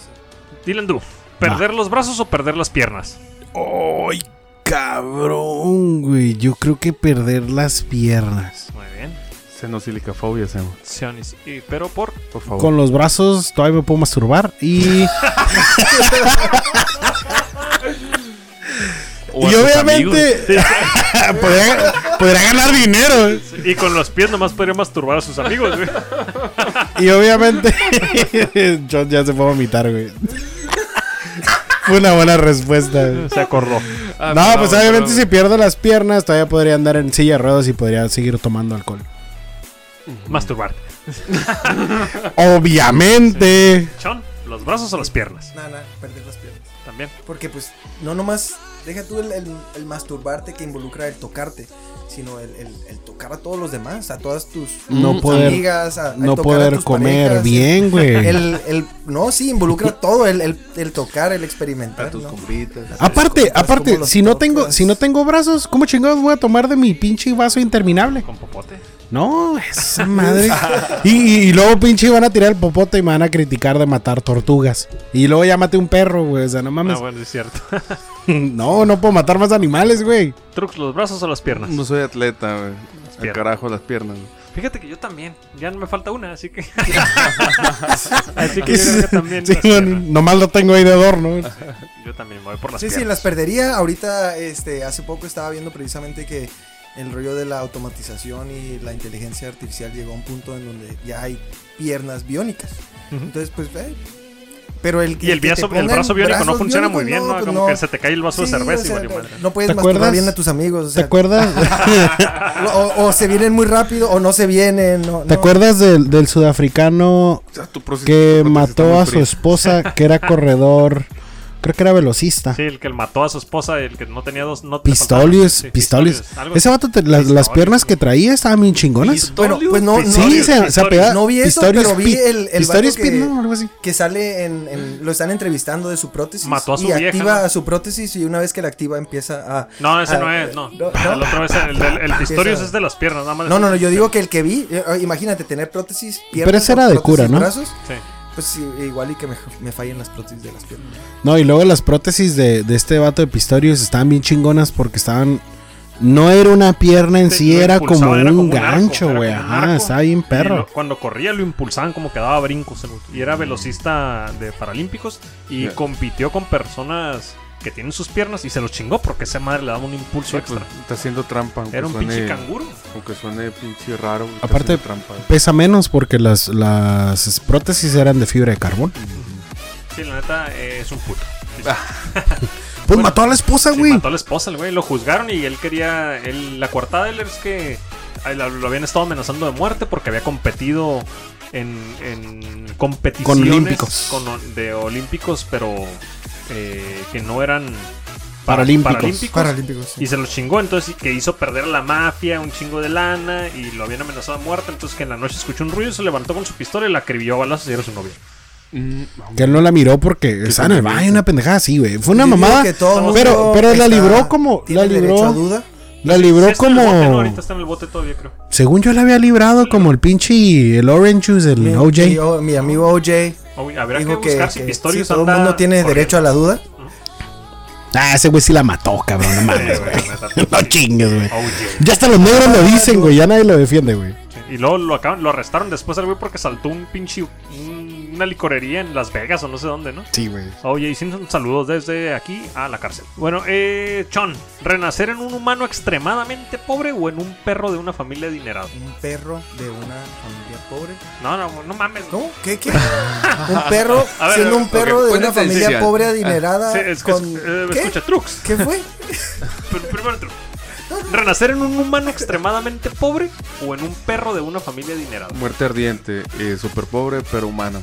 S2: Dylan Du, ¿perder los brazos o perder las piernas?
S4: ¡Ay, cabrón, güey! Yo creo que perder las piernas.
S2: Muy bien.
S5: Ah, Xenosilicafobia, Semo.
S2: Sionis. Y- pero por.
S5: Por favor.
S4: Con los brazos todavía me puedo masturbar y...
S5: O a
S4: y
S5: tus
S4: obviamente podría, podría ganar dinero.
S2: Y con los pies nomás podría masturbar a sus amigos, güey.
S4: Y obviamente John ya se fue a vomitar, güey. Fue una buena respuesta. güey.
S2: Se acordó.
S5: Ah,
S4: No,
S5: perdón,
S4: pues obviamente
S5: perdón.
S4: si pierdo las piernas, todavía podría andar en silla de ruedas y podría seguir tomando alcohol.
S2: Masturbar.
S4: Obviamente.
S2: Sean, ¿los brazos o las piernas?
S6: Nada, nada, perder las piernas.
S2: También.
S6: Porque pues no nomás Deja tú el, el- el masturbarte que involucra el tocarte, sino el, el- el tocar a todos los demás, a todas tus
S4: No
S6: tus
S4: poder-
S6: Mm, amigas, a, a
S4: no
S6: tocar a
S4: poder
S6: tus
S4: comer
S6: parejas, eh.
S4: bien, güey.
S6: El, el- no, sí, involucra todo, el, el- el tocar, el experimentar.
S3: tus
S6: ¿no?
S3: compitas.
S4: Aparte,
S6: como
S4: aparte,
S6: los
S4: si no tengo,
S6: tocas.
S4: si no tengo brazos, ¿cómo chingados voy a tomar de mi pinche vaso interminable?
S2: Con popote.
S4: No, esa madre. Y, y- y luego pinche van a tirar el popote y me van a criticar de matar tortugas. Y luego ya maté un perro, güey. O sea, no
S2: Ah,
S4: mames.
S2: bueno, es cierto.
S4: No, no puedo matar más animales, güey.
S2: Trux, los brazos o las piernas.
S3: No soy atleta, güey. Al
S2: piernas.
S3: carajo las piernas. güey.
S2: Fíjate que yo también. Ya no me falta una, así que. así que yo Ah, creo que también.
S4: Sí,
S2: las
S4: bueno,
S2: piernas.
S4: nomás lo tengo ahí de adorno.
S2: Yo también me voy por las
S6: Sí, sí,
S2: piernas.
S6: las perdería. Ahorita, este, hace poco estaba viendo precisamente que el rollo de la automatización y la inteligencia artificial llegó a un punto en donde ya hay piernas biónicas.
S2: Ujú.
S6: Entonces, pues, eh, pero el,
S2: Y el,
S6: que te
S2: brazo- el
S6: pongan
S2: brazo biónico no
S6: brazos
S2: funciona muy bien,
S6: biónicos,
S2: ¿no?
S6: pues,
S2: Como
S6: no.
S2: que se te cae el vaso
S6: Sí,
S2: de cerveza
S6: o
S2: y
S6: sea,
S2: vale madre.
S6: No
S4: ¿Te
S6: puedes masturbar
S4: acuerdas?
S6: bien a tus amigos. O,
S4: ¿Te
S6: sea,
S4: acuerdas?
S6: o, o se vienen muy rápido o no se vienen. No,
S4: ¿Te
S6: no.
S4: acuerdas del, del sudafricano
S3: O sea, tu proceso-
S4: que
S3: tu proceso está
S4: mató
S3: muy
S4: a su
S3: frío.
S4: esposa, que era corredor? Creo que era velocista.
S2: Sí, el que mató a su esposa, el que no tenía dos. No le faltaban-
S4: Pistolius,
S2: sí,
S4: pistolius.
S2: algo
S4: Ese vato, te- las, las
S2: Pistolius.
S4: piernas que traía estaban bien chingonas.
S2: Pistolius,
S6: Bueno, pues no- no-
S4: Sí, se, se
S2: Pistolius.
S4: apegaba.
S6: No vi eso,
S4: Ah, Pistorius
S6: pero vi
S4: Pit-
S6: el- el vato
S4: Pistorius
S6: que-
S4: Pit, ¿no? Algo así.
S6: que sale en, en- lo están entrevistando de su prótesis
S2: Mató a su
S6: y
S2: vieja,
S6: activa
S2: ¿no?
S6: a su prótesis y una vez que la activa empieza a
S2: No, ese
S4: Ah,
S6: a-
S2: no es, no. Ah,
S6: no,
S2: El otro es el, el, el Pistorius
S6: Esa-
S2: es de las piernas, nada más.
S6: no no no yo digo que el que vi eh, eh, imagínate tener prótesis piernas
S4: Pero ese
S6: o
S4: era de
S6: prótesis
S4: cura, ¿no?
S6: brazos,
S2: Sí.
S6: pues sí, igual y que me, me fallen las prótesis de las piernas
S4: No, y luego las prótesis de, de este vato de Pistorius estaban bien chingonas porque estaban. No era una pierna en
S2: Sí,
S4: sí,
S2: lo
S4: era
S2: impulsaban,
S4: como
S2: era
S4: un
S2: como un arco,
S4: gancho,
S2: era
S4: güey.
S2: como un
S4: Ajá,
S2: arco.
S4: estaba bien
S2: Y
S4: perro. Mm.
S2: lo- cuando corría lo impulsaban como que daba brincos. el güey. Y era velocista de Paralímpicos y
S3: Ya.
S2: compitió con personas que tienen sus piernas y se los chingó porque esa madre le daba un impulso
S3: Sí,
S2: extra.
S3: pues, está haciendo trampa. aunque
S2: Era un
S3: suene-
S2: pinche canguro.
S3: Aunque suene pinche raro. güey, está
S4: Aparte-
S3: haciendo trampa. güey.
S4: Pesa menos porque las, las prótesis eran de fibra de carbón.
S2: Sí, la neta eh, es un puto. Sí, sí.
S4: Pues
S2: Bueno,
S4: mató a la esposa,
S2: Sí,
S4: güey.
S2: mató a la esposa, el güey. Lo juzgaron y él quería. él- la cuartada de él es que a él lo habían estado amenazando de muerte porque había competido en, en competiciones
S4: Con olímpicos.
S2: con o- de olímpicos, pero eh, que no eran pa-
S4: Paralímpicos.
S6: paralímpicos
S2: Y se los chingó, entonces y que hizo perder a la mafia un chingo de lana y lo habían amenazado de muerte. Entonces que en la noche escuchó un ruido, se levantó con su pistola y la acribilló a balazos y era su novio.
S3: Mm,
S4: Que él no la miró porque estaba en el baño, una pendejada así, güey. Fue una mamada. Pero, pero la libró como. La
S6: a
S4: libró.
S6: duda
S4: La
S2: Sí,
S4: libró
S2: está en Este el bote, ¿no?
S4: como.
S2: Ahorita está en el bote todavía, creo.
S4: Según yo la había librado como el pinche. El Orange Juice,
S6: mi, mi-
S4: el OJ.
S6: o- mi amigo OJ
S2: Oye, habrá
S6: dijo
S2: que
S6: que,
S2: buscar si
S6: que
S2: Pistorius
S6: sí, todo el
S2: anda
S6: mundo tiene
S2: corriendo.
S6: derecho a la duda
S4: Ah, ese güey sí la mató, cabrón. No mames, güey. No chingues, güey.
S2: Oye.
S4: Ya hasta los negros lo dicen, güey. Ya nadie lo defiende, güey.
S2: Y luego lo acaban, lo arrestaron después al güey porque saltó un pinche un- una licorería en Las Vegas o no sé dónde, ¿no?
S4: Sí, güey.
S2: Oye, y Simpson, saludos desde aquí a la cárcel. Bueno, eh, Chon, ¿renacer en un humano extremadamente pobre o en un perro de una familia adinerada?
S6: un perro de una familia pobre
S2: No, no, no mames.
S6: ¿Cómo? ¿Qué? ¿Qué? ¿Un perro?
S2: A ver,
S6: siendo un
S3: ok,
S6: perro de
S3: fuente
S6: una familia
S3: esencial.
S6: pobre adinerada.
S2: Ah, Sí, es que
S6: con...
S2: es- eh,
S6: ¿Qué?
S2: escucha, Trux.
S6: ¿Qué fue?
S2: Pr- Primero Trux. ¿Renacer en un humano extremadamente pobre o en un perro de una familia adinerada?
S3: Muerte ardiente. Eh, Súper pobre, pero humano.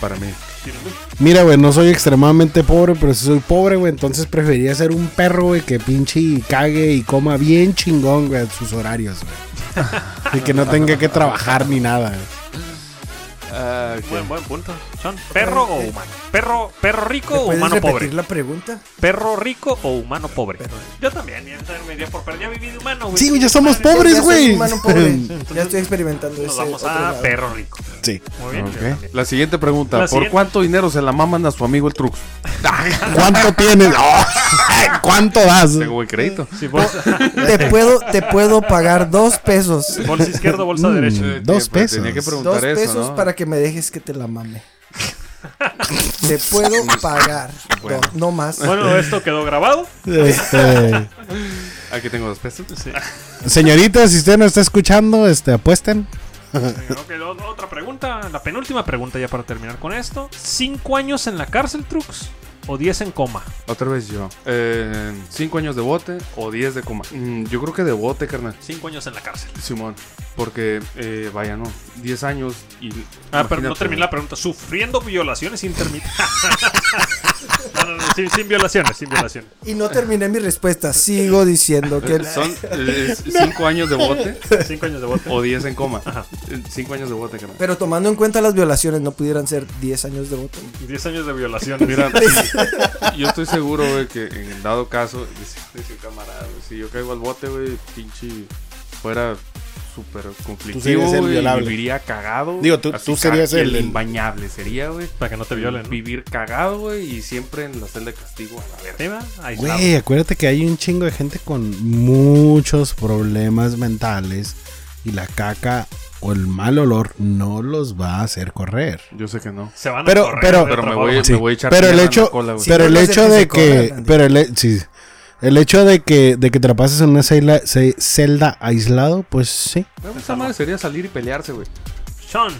S3: Para mí.
S4: Mira, güey, no soy extremadamente pobre, pero si soy pobre, güey, entonces preferiría ser un perro, güey, que pinche y cague y coma bien chingón, güey, a sus horarios, güey. y que no tenga que trabajar ni nada. güey.
S3: Ah, ok.
S2: Buen, buen punto. Chon, ¿perro o humano? ¿Perro, perro rico o
S6: ¿Puedes
S2: humano
S6: repetir
S2: pobre?
S6: la pregunta?
S2: ¿Perro rico o humano pobre? Yo también, yo también me iría por perro. Ya viví de humano, güey.
S4: Sí, güey, ya somos pobres,
S6: Ya soy
S4: güey.
S6: humano pobre. ya estoy experimentando
S2: Nos
S6: ese
S2: vamos
S6: otro
S2: a
S6: lado.
S2: perro rico.
S4: Sí.
S2: Muy bien, yo
S3: Ok.
S2: también.
S3: La siguiente pregunta.
S2: La
S3: ¿Por
S2: siguiente.
S3: cuánto dinero se la maman a su amigo el Trux? Ah,
S4: ¿Cuánto tienes? ¡Oh! ¿Cuánto das?
S3: Tengo buen
S4: Mm,
S3: crédito. Eh,
S2: Sí, bolsa,
S6: Te puedo, te puedo pagar dos pesos.
S2: bolsa izquierda, bolsa
S4: Mm.
S2: derecha.
S3: Eh,
S4: Dos
S3: pues,
S4: pesos.
S3: Tenía que
S6: Dos
S3: preguntar eso,
S6: pesos
S3: ¿no?
S6: para que me dejes que te la mame. te puedo pagar.
S3: Bueno.
S6: dos, no más.
S2: Bueno, esto quedó grabado.
S4: Este,
S3: Aquí tengo dos pesos.
S4: señorita, si usted no está escuchando, este, apuesten.
S2: Creo que lo- otra pregunta, la penúltima pregunta ya para terminar con esto. ¿Cinco años en la cárcel, Trux? o 10 en coma?
S5: Otra vez yo. 5
S3: Eh,
S5: años de bote o 10 de coma. Mm, yo creo que de bote, carnal.
S2: 5 años en la cárcel.
S5: Simón. Porque, eh, vaya, no. 10 años y.
S2: Ah, pero no
S5: imagínate,
S2: terminé la pregunta. ¿Sufriendo violaciones intermitentes? no, no, no, sin, sin violaciones, sin violaciones.
S6: Y no terminé mi respuesta. Sigo diciendo que.
S5: eh, Son 5 años de bote
S2: Cinco años de bote.
S5: o 10 en coma. 5 años de bote, carnal.
S6: Pero tomando en cuenta las violaciones, no pudieran ser 10 años de voto.
S2: 10 años de violaciones.
S5: Mira, sí, yo estoy seguro, güey, que en el dado caso, dice, dice el camarada, güey, si yo caigo al bote, güey, pinche, fuera súper conflictivo,
S4: serías el
S5: güey,
S4: violable.
S5: viviría cagado.
S4: Digo, tú-
S5: así
S4: tú
S5: ca-
S4: serías
S5: y el,
S4: el- el-
S5: imbañable, sería, güey.
S2: para que no te violen. ¿no?
S5: Vivir cagado, güey, y siempre en la celda de castigo a la verga.
S2: Ahí va, aislado.
S4: Güey, acuérdate que hay un chingo de gente con muchos problemas mentales y la caca o el mal olor no los va a hacer correr.
S5: Yo sé que Ah, no.
S2: Se van
S4: Pero-
S2: a correr
S4: pero-
S2: del
S5: Pero me
S2: trabajo.
S5: voy, me
S4: Sí,
S5: voy a echar
S4: pero el
S5: tierra en la
S4: hecho,
S5: cola, güey.
S4: pero
S6: Sí,
S4: el
S6: no es el
S4: hecho
S6: que se
S4: de que,
S6: corra, Andy.
S4: pero el, he- sí. el hecho de que, de que te la pases en una celda, ce- celda aislado, pues sí.
S5: Güey, Esa madre sería salir y pelearse, güey.
S2: Sean,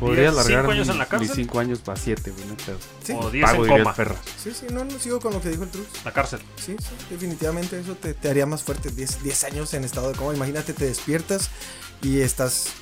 S5: Podría
S2: Diez-
S5: alargar
S2: cinco años
S5: mi-
S2: en la cárcel.
S5: mis 5 años para 7, güey, no hay pedo.
S6: Sí,
S2: o 10
S5: Pago
S2: en
S5: diría el
S2: coma.
S5: perra.
S6: sí, sí, no, no, sigo con lo que dijo el Trux.
S2: La cárcel.
S6: Sí, sí, definitivamente eso te, te haría más fuerte. 10 10 años en estado de coma. Imagínate, te despiertas y estás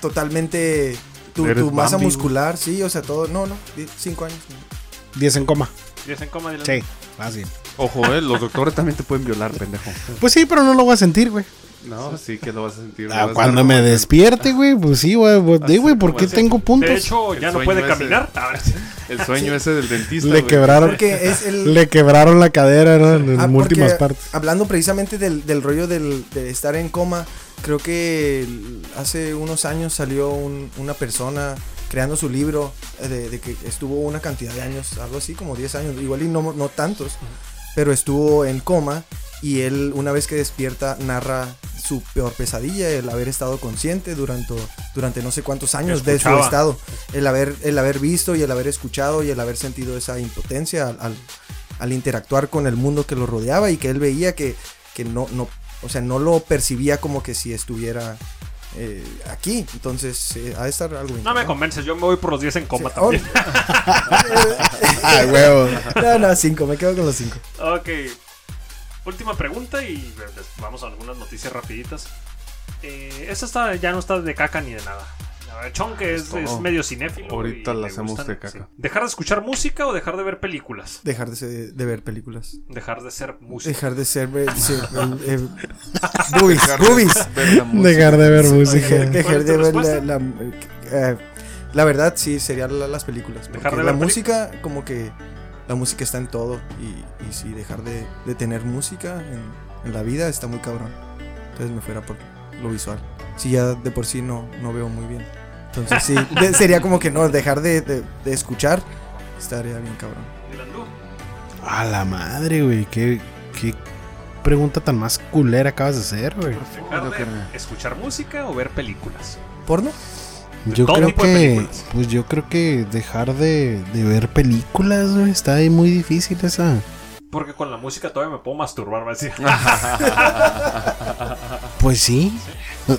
S6: totalmente. Tu,
S5: Eres
S6: tu masa
S5: Bambi, güey.
S6: muscular, sí, o sea, todo. No, no, 5 años. no.
S4: 10 en coma.
S2: 10 en coma.
S4: Sí, fácil.
S5: Ojo, eh, los doctores también te pueden violar, pendejo.
S4: Pues sí, pero no lo voy a sentir, güey.
S5: No, sí que lo vas a sentir.
S4: Ah, cuando me despierte, güey, pues sí, güey. pues, di, güey, ¿por qué
S5: Así,
S4: tengo puntos?
S2: De hecho,
S5: El
S2: ya no
S5: sueño
S2: puede
S5: ese.
S2: caminar. A ver,
S5: El sueño ese del dentista.
S4: le quebraron,
S6: Porque es el.
S4: le quebraron la cadera ¿no? en
S6: Ah,
S4: múltiples
S6: porque
S4: partes.
S6: Hablando precisamente del, del rollo del, de estar en coma, creo que el- hace unos años salió un- una persona creando su libro eh, de, de que estuvo una cantidad de años, algo así como 10 años, igual y no, no tantos, pero estuvo en coma y él una vez que despierta narra su peor pesadilla, el haber estado consciente durante, durante no sé cuántos años de su
S2: Escuchaba.
S6: estado, el haber, el haber visto y el haber escuchado y el haber sentido esa impotencia al, al- al interactuar con el mundo que lo rodeaba y que él veía que, que no, no, o sea, no lo percibía como que si estuviera eh, aquí, entonces eh, ha de estar algo
S2: no me
S6: interesante.
S2: convences, yo me voy por los 10 en coma
S6: Sí,
S2: también.
S4: Ah, huevo.
S6: No, no, cinco, me quedo con los cinco.
S2: Ok. Última pregunta y les- vamos a algunas noticias rapiditas. Eh, esta está- ya no está de caca ni de nada. A ver, Chon, que es,
S5: Todo.
S2: es medio cinéfilo.
S5: Ahorita
S2: y
S5: la
S2: le
S5: hacemos
S2: gustan,
S5: de caca.
S2: sí. ¿Dejar de escuchar música o dejar de ver películas?
S6: Dejar de, ser- de ver películas.
S2: Dejar de ser música.
S6: Dejar de ser... de ser- eh, eh, boobies, boobies.
S4: Dejar de ver
S6: Dejar,
S4: música.
S2: ¿Cuál
S6: dejar
S2: es
S6: de
S2: tu
S6: ver la,
S2: respuesta?
S6: la- eh, la verdad, sí, serían las películas.
S2: Dejar
S6: Porque
S2: de
S6: la
S2: ver
S6: música, como que la música está en todo. Y, y sí, dejar de, de tener música en, en la vida está muy cabrón. Entonces me fuera por lo visual. Si ya de por sí no, no veo muy bien. Entonces sí, de- sería como que no, dejar de, de- de escuchar estaría bien cabrón.
S4: A la madre, güey. ¿Qué, qué pregunta tan más culera acabas de hacer, güey.
S2: Dejar de escuchar música o ver películas.
S6: ¿Porno?
S4: Yo
S2: todo
S4: creo
S2: tipo de
S4: que.
S2: películas.
S4: Pues yo creo que dejar de, de ver películas, güey. Está ahí muy difícil esa.
S2: Porque con la música todavía me puedo masturbar, va a decir.
S6: Ah.
S4: Pues sí.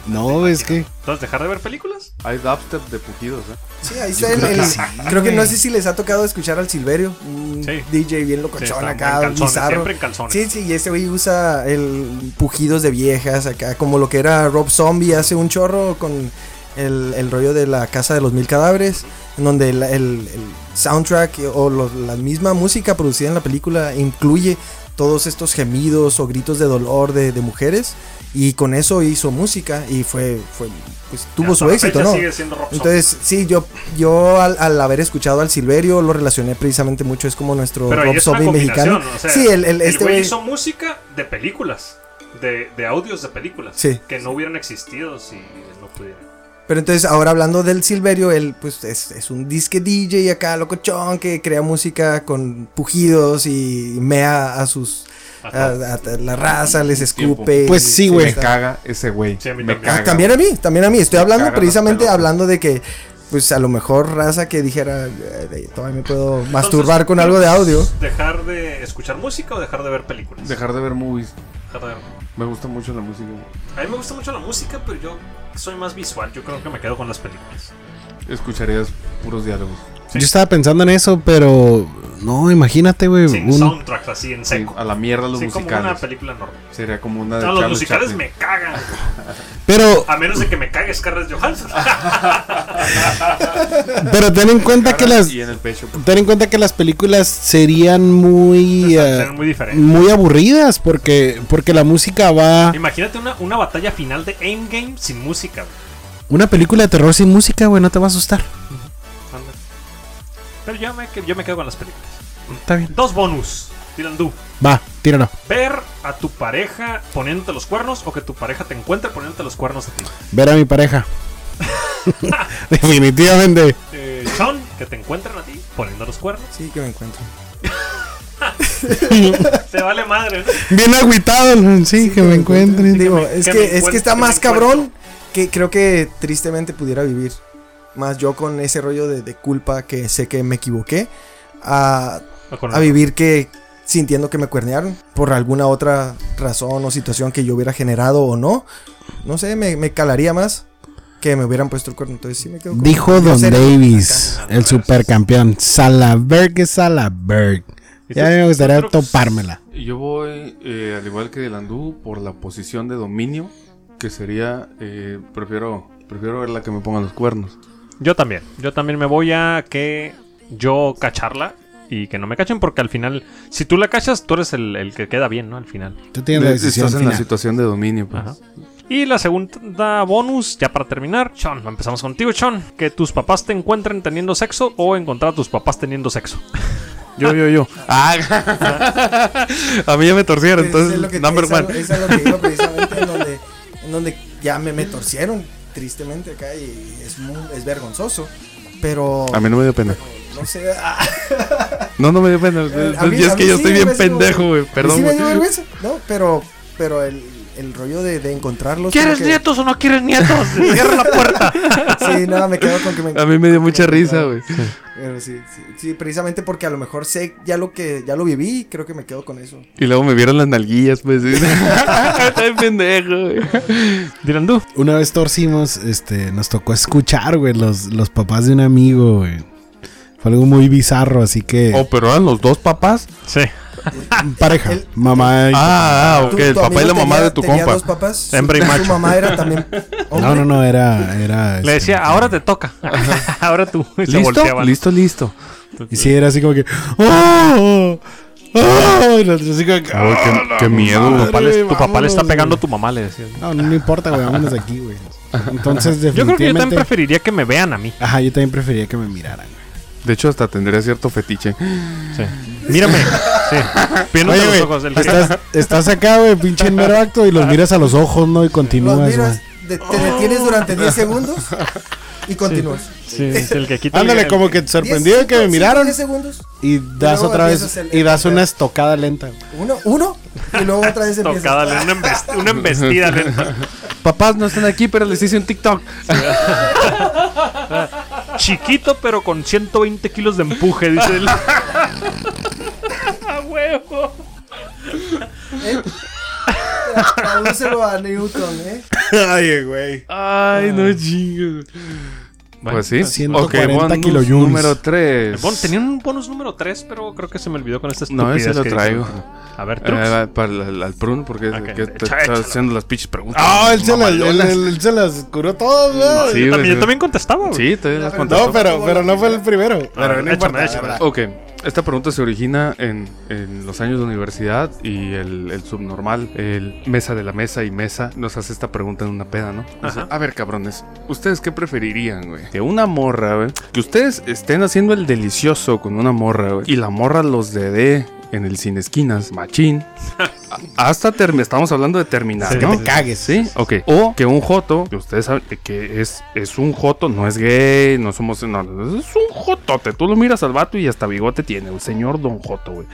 S4: No, es que.
S2: Entonces, dejar de ver películas.
S5: Hay dubstep de pujidos, ¿eh?
S6: Sí, ahí está el.
S4: creo
S6: el-
S4: que
S6: Creo,
S4: sí,
S6: que,
S4: güey.
S6: no sé si les ha tocado escuchar al Silverio, un
S2: Sí.
S6: DJ bien
S2: Sí,
S6: locochón
S2: está- en
S6: acá,
S2: calzones,
S6: bizarro.
S2: siempre en calzones.
S6: Sí, sí, y ese güey usa el pujidos de viejas acá, como lo que era Rob Zombie hace un chorro con el, el rollo de la casa de los mil cadáveres, en donde el, el- el soundtrack o lo- la misma música producida en la película incluye todos estos gemidos o gritos de dolor de, de mujeres y con eso hizo música y fue, fue pues tuvo
S2: Hasta
S6: su
S2: la
S6: éxito,
S2: fecha
S6: ¿no?
S2: Sigue siendo rock Entonces,
S6: Entonces, sí, yo, yo al, al haber escuchado al Silverio lo relacioné precisamente mucho, es como nuestro
S2: Pero ahí
S6: Rob
S2: es una
S6: Zombie
S2: combinación.
S6: mexicano.
S2: o sea,
S6: sí, el, el- este
S2: güey
S6: güey-
S2: hizo música de películas. De, de audios de películas.
S6: Sí.
S2: Que no hubieran existido si no pudieran.
S6: Pero entonces, ahora hablando del Silverio, él pues es, es un disque DJ acá, locochón, que crea música con pujidos y mea a sus.
S2: A
S6: a- a- a la raza, les
S5: Tiempo.
S6: escupe.
S4: Pues
S6: y-
S4: sí,
S6: y
S4: güey.
S5: Me
S6: está-
S5: caga ese güey.
S2: Sí, a mí
S5: me
S2: también.
S5: caga.
S6: Ah, también a mí, también a mí. Estoy hablando
S5: cagan los
S6: precisamente
S5: pelos.
S6: hablando de que, pues a lo mejor raza que dijera, "Eh, todavía me puedo masturbar con
S2: Entonces, pues,
S6: algo de audio.
S2: ¿Dejar de escuchar música o dejar de ver películas?
S5: Dejar de ver movies.
S2: Dejar de ver.
S5: Me gusta mucho la música.
S2: A mí me gusta mucho la música, pero yo soy más visual. Yo creo que me quedo con las películas.
S5: Escucharías puros diálogos.
S2: Sí.
S4: Yo estaba pensando en eso, pero No, imagínate,
S6: Uh,
S4: güey.
S2: Sin
S4: un-
S2: soundtracks así en seco.
S3: A la mierda los
S2: Sí, como
S3: musicales.
S2: una película normal.
S3: Sería como una de
S2: No, los
S3: Charlie
S2: musicales
S3: Chaplin.
S2: me cagan. güey.
S4: Pero,
S2: A menos de que me cague Scarlett Johansson.
S4: pero ten en cuenta que las.
S3: Y en el pecho. pues. por
S4: Ten en cuenta que las películas serían muy. eh,
S2: Serían Pues, muy diferentes.
S4: muy aburridas porque, porque la música va.
S2: Imagínate una, una batalla final de Endgame sin música. güey.
S4: Una película de terror sin música, güey, no te va a asustar.
S2: Ándale. Pero yo me, yo me quedo con las películas.
S4: Está bien.
S2: Dos bonus. Dylan Du.
S4: Va, tíralo.
S2: Ver a tu pareja poniéndote los cuernos o que tu pareja te encuentre poniéndote los cuernos a ti.
S4: Ver a mi pareja. Definitivamente.
S2: Eh, Sean, que te encuentren a ti poniendo los cuernos.
S6: Sí, que me encuentro.
S2: Te vale madre, ¿no?
S4: Bien agüitado, sí, que me encuentren.
S6: Digo,
S2: me-
S6: es
S2: que
S6: que,
S2: me
S6: es
S2: encuentro,
S6: que está
S2: que me
S6: más
S2: encuentro.
S6: cabrón que creo que tristemente pudiera vivir. Más yo con ese rollo de, de culpa que sé que me equivoqué. A,
S2: O con-
S6: a vivir que sintiendo que me cuernearon por alguna otra razón o situación que yo hubiera generado o no. No sé, me, me calaría más que me hubieran puesto el cuerno. Entonces sí me quedo con-
S4: Dijo
S6: yo
S4: Don
S6: seré-
S4: Davis, el supercampeón. Salaberg es Salaberg.
S2: ¿Y
S4: Ya
S2: tú?
S4: me gustaría
S2: Otro, pues,
S4: topármela.
S3: Yo voy, eh, al igual que Landú, por la posición de dominio, que sería, eh, prefiero, prefiero ver la que me pongan los cuernos.
S2: Yo también. Yo también me voy a que yo cacharla y que no me cachen porque al final, si tú la cachas, tú eres el, el que queda bien, ¿no? Al final.
S4: Tú tienes la decisión
S3: Eh, Estás en la
S4: final.
S3: situación de dominio, pues.
S2: Ajá. Y la segunda bonus, ya para terminar, Sean, empezamos contigo, Sean. Que tus papás te encuentren teniendo sexo o encontrar a tus papás teniendo sexo.
S5: Yo, yo, yo. a mí ya me torcieron,
S6: Es-
S5: entonces,
S6: es lo que-
S5: number
S6: es a-
S5: one.
S6: es a lo que iba precisamente en donde, en donde ya me, me torcieron tristemente acá y es, mu- es vergonzoso. Pero
S3: A mí no me dio pena.
S6: no sé. ah,
S5: No, no me dio pena.
S6: a mí-
S5: Pues, y es
S6: a
S5: que
S6: mí
S5: yo
S6: sí
S5: estoy
S6: me
S5: bien
S6: hubiese dado-
S5: pendejo, güey.
S6: sí
S5: Perdón,
S6: me
S5: güey.
S6: dio vergüenza, ¿no? Pero, pero el, el rollo de, de encontrarlos.
S2: ¿Quieres
S6: creo que-
S2: nietos o no quieres nietos? Cierra la puerta.
S6: Sí, nada, me quedo con que me.
S5: A mí me dio mucha risa, güey.
S6: Pero sí, sí, sí, precisamente porque a lo mejor sé ya lo que ya lo viví, creo que me quedo con eso.
S5: Y luego me vieron las nalguillas, pues. y- Está bien pendejo, güey.
S2: Dirán tú.
S4: Una vez torcimos, este, nos tocó escuchar, güey, los, los papás de un amigo, güey. Fue algo muy bizarro, así que.
S5: Oh, pero eran los dos papás.
S2: Sí.
S4: pareja,
S6: el-
S4: mamá. y-
S5: Ah, ah, ok.
S6: Tu-
S5: El
S6: tu
S5: papá y
S6: amigo
S5: la mamá
S6: tenía-
S5: de tu
S6: tenía
S5: compa.
S6: dos papás. Su,
S2: Hembra y
S6: su
S2: macho.
S6: mamá era también.
S4: no,
S6: hombre.
S4: no, no, era. era
S2: Le
S4: este,
S2: decía, ahora te toca. ahora tú. Y se
S5: ¿Listo?
S2: volteaban.
S5: Listo, listo.
S4: este, Y sí, era así como que. ¡Oh! ¡Oh! Y nosotros así como que,
S5: Ay, qué, qué miedo,
S2: Tu
S5: güey.
S2: papá, le, tu
S4: Vámonos,
S2: papá le está
S4: güey.
S2: pegando a tu mamá, le decía.
S4: No, no me importa, güey, vámonos de aquí, güey. Entonces, definitivamente.
S2: Yo creo que yo también preferiría que me vean a mí.
S4: Ajá, yo también preferiría que me miraran. güey.
S3: De hecho, hasta tendría cierto fetiche.
S2: Sí. Mírame. Sí. Viéndote los ojos. El que-
S4: estás, estás acá, güey, pinche en mero acto y los miras a los ojos, ¿no? Y continúas,
S6: Los
S4: güey.
S6: miras, de- te detienes durante 10 segundos y continúas.
S2: Sí, es el que quita el-
S4: Ándale,
S2: el-
S4: como que sorprendido de que me
S6: 10
S4: miraron
S6: 10 segundos.
S4: y das
S6: luego
S4: otra
S6: empiezas
S4: vez
S6: el-
S4: y das una estocada lenta.
S6: Uno, uno. Y luego otra vez empiezas.
S2: Tocada, le- una, embest- una embestida lenta.
S5: Papás no están aquí, pero les hice un TikTok.
S2: Chiquito, pero con 120 kilos de empuje, dice él. ¡A huevo!
S6: Tradúcelo a Newton, ¿eh?
S4: Ay, güey.
S5: Ay,
S2: Ah.
S5: no chingues.
S2: Bueno,
S5: Pues sí.
S4: 140
S5: Ok, bonus
S4: kilojoules.
S5: Número 3.
S2: Bon, tenía un bonus número 3, pero creo que se me olvidó con esta
S5: No,
S2: estupidez
S5: ese lo
S2: que
S5: traigo.
S2: hizo. A ver, Trux.
S5: Eh, para el- al, al Prun, porque es el
S2: Ok,
S5: que
S2: echa-
S5: te está
S2: échalo.
S5: haciendo las pinches preguntas.
S4: Ah, él se, las, él,
S5: Mamalonas.
S4: él- él se las curó todas, güey.
S5: Sí,
S2: yo,
S5: güey,
S2: también, yo
S5: sí.
S2: también contestaba. güey.
S5: Sí, te las
S4: No,
S5: contestó.
S4: pero, pero no fue el primero.
S2: Ah,
S4: Pero no
S2: échame,
S4: importa.
S2: échame.
S5: Ok, esta pregunta se origina en, en los años de universidad y el, el subnormal, el mesa de la mesa y mesa, nos hace esta pregunta en una peda, ¿no? Dice,
S2: Ajá.
S5: a ver, cabrones, ¿ustedes qué preferirían, güey? Que una morra, güey, que ustedes estén haciendo el delicioso con una morra, güey, y la morra los dé en el sin esquinas, machín. A- Hasta terminar, estamos hablando de terminar,
S2: Sí,
S5: ¿no?
S4: Te cagues.
S5: Sí, ok. O que un joto, que ustedes saben que es, es un joto, no es gay, no somos. No, es un jotote. Tú lo miras al vato y hasta bigote tiene, el señor Don Joto, güey.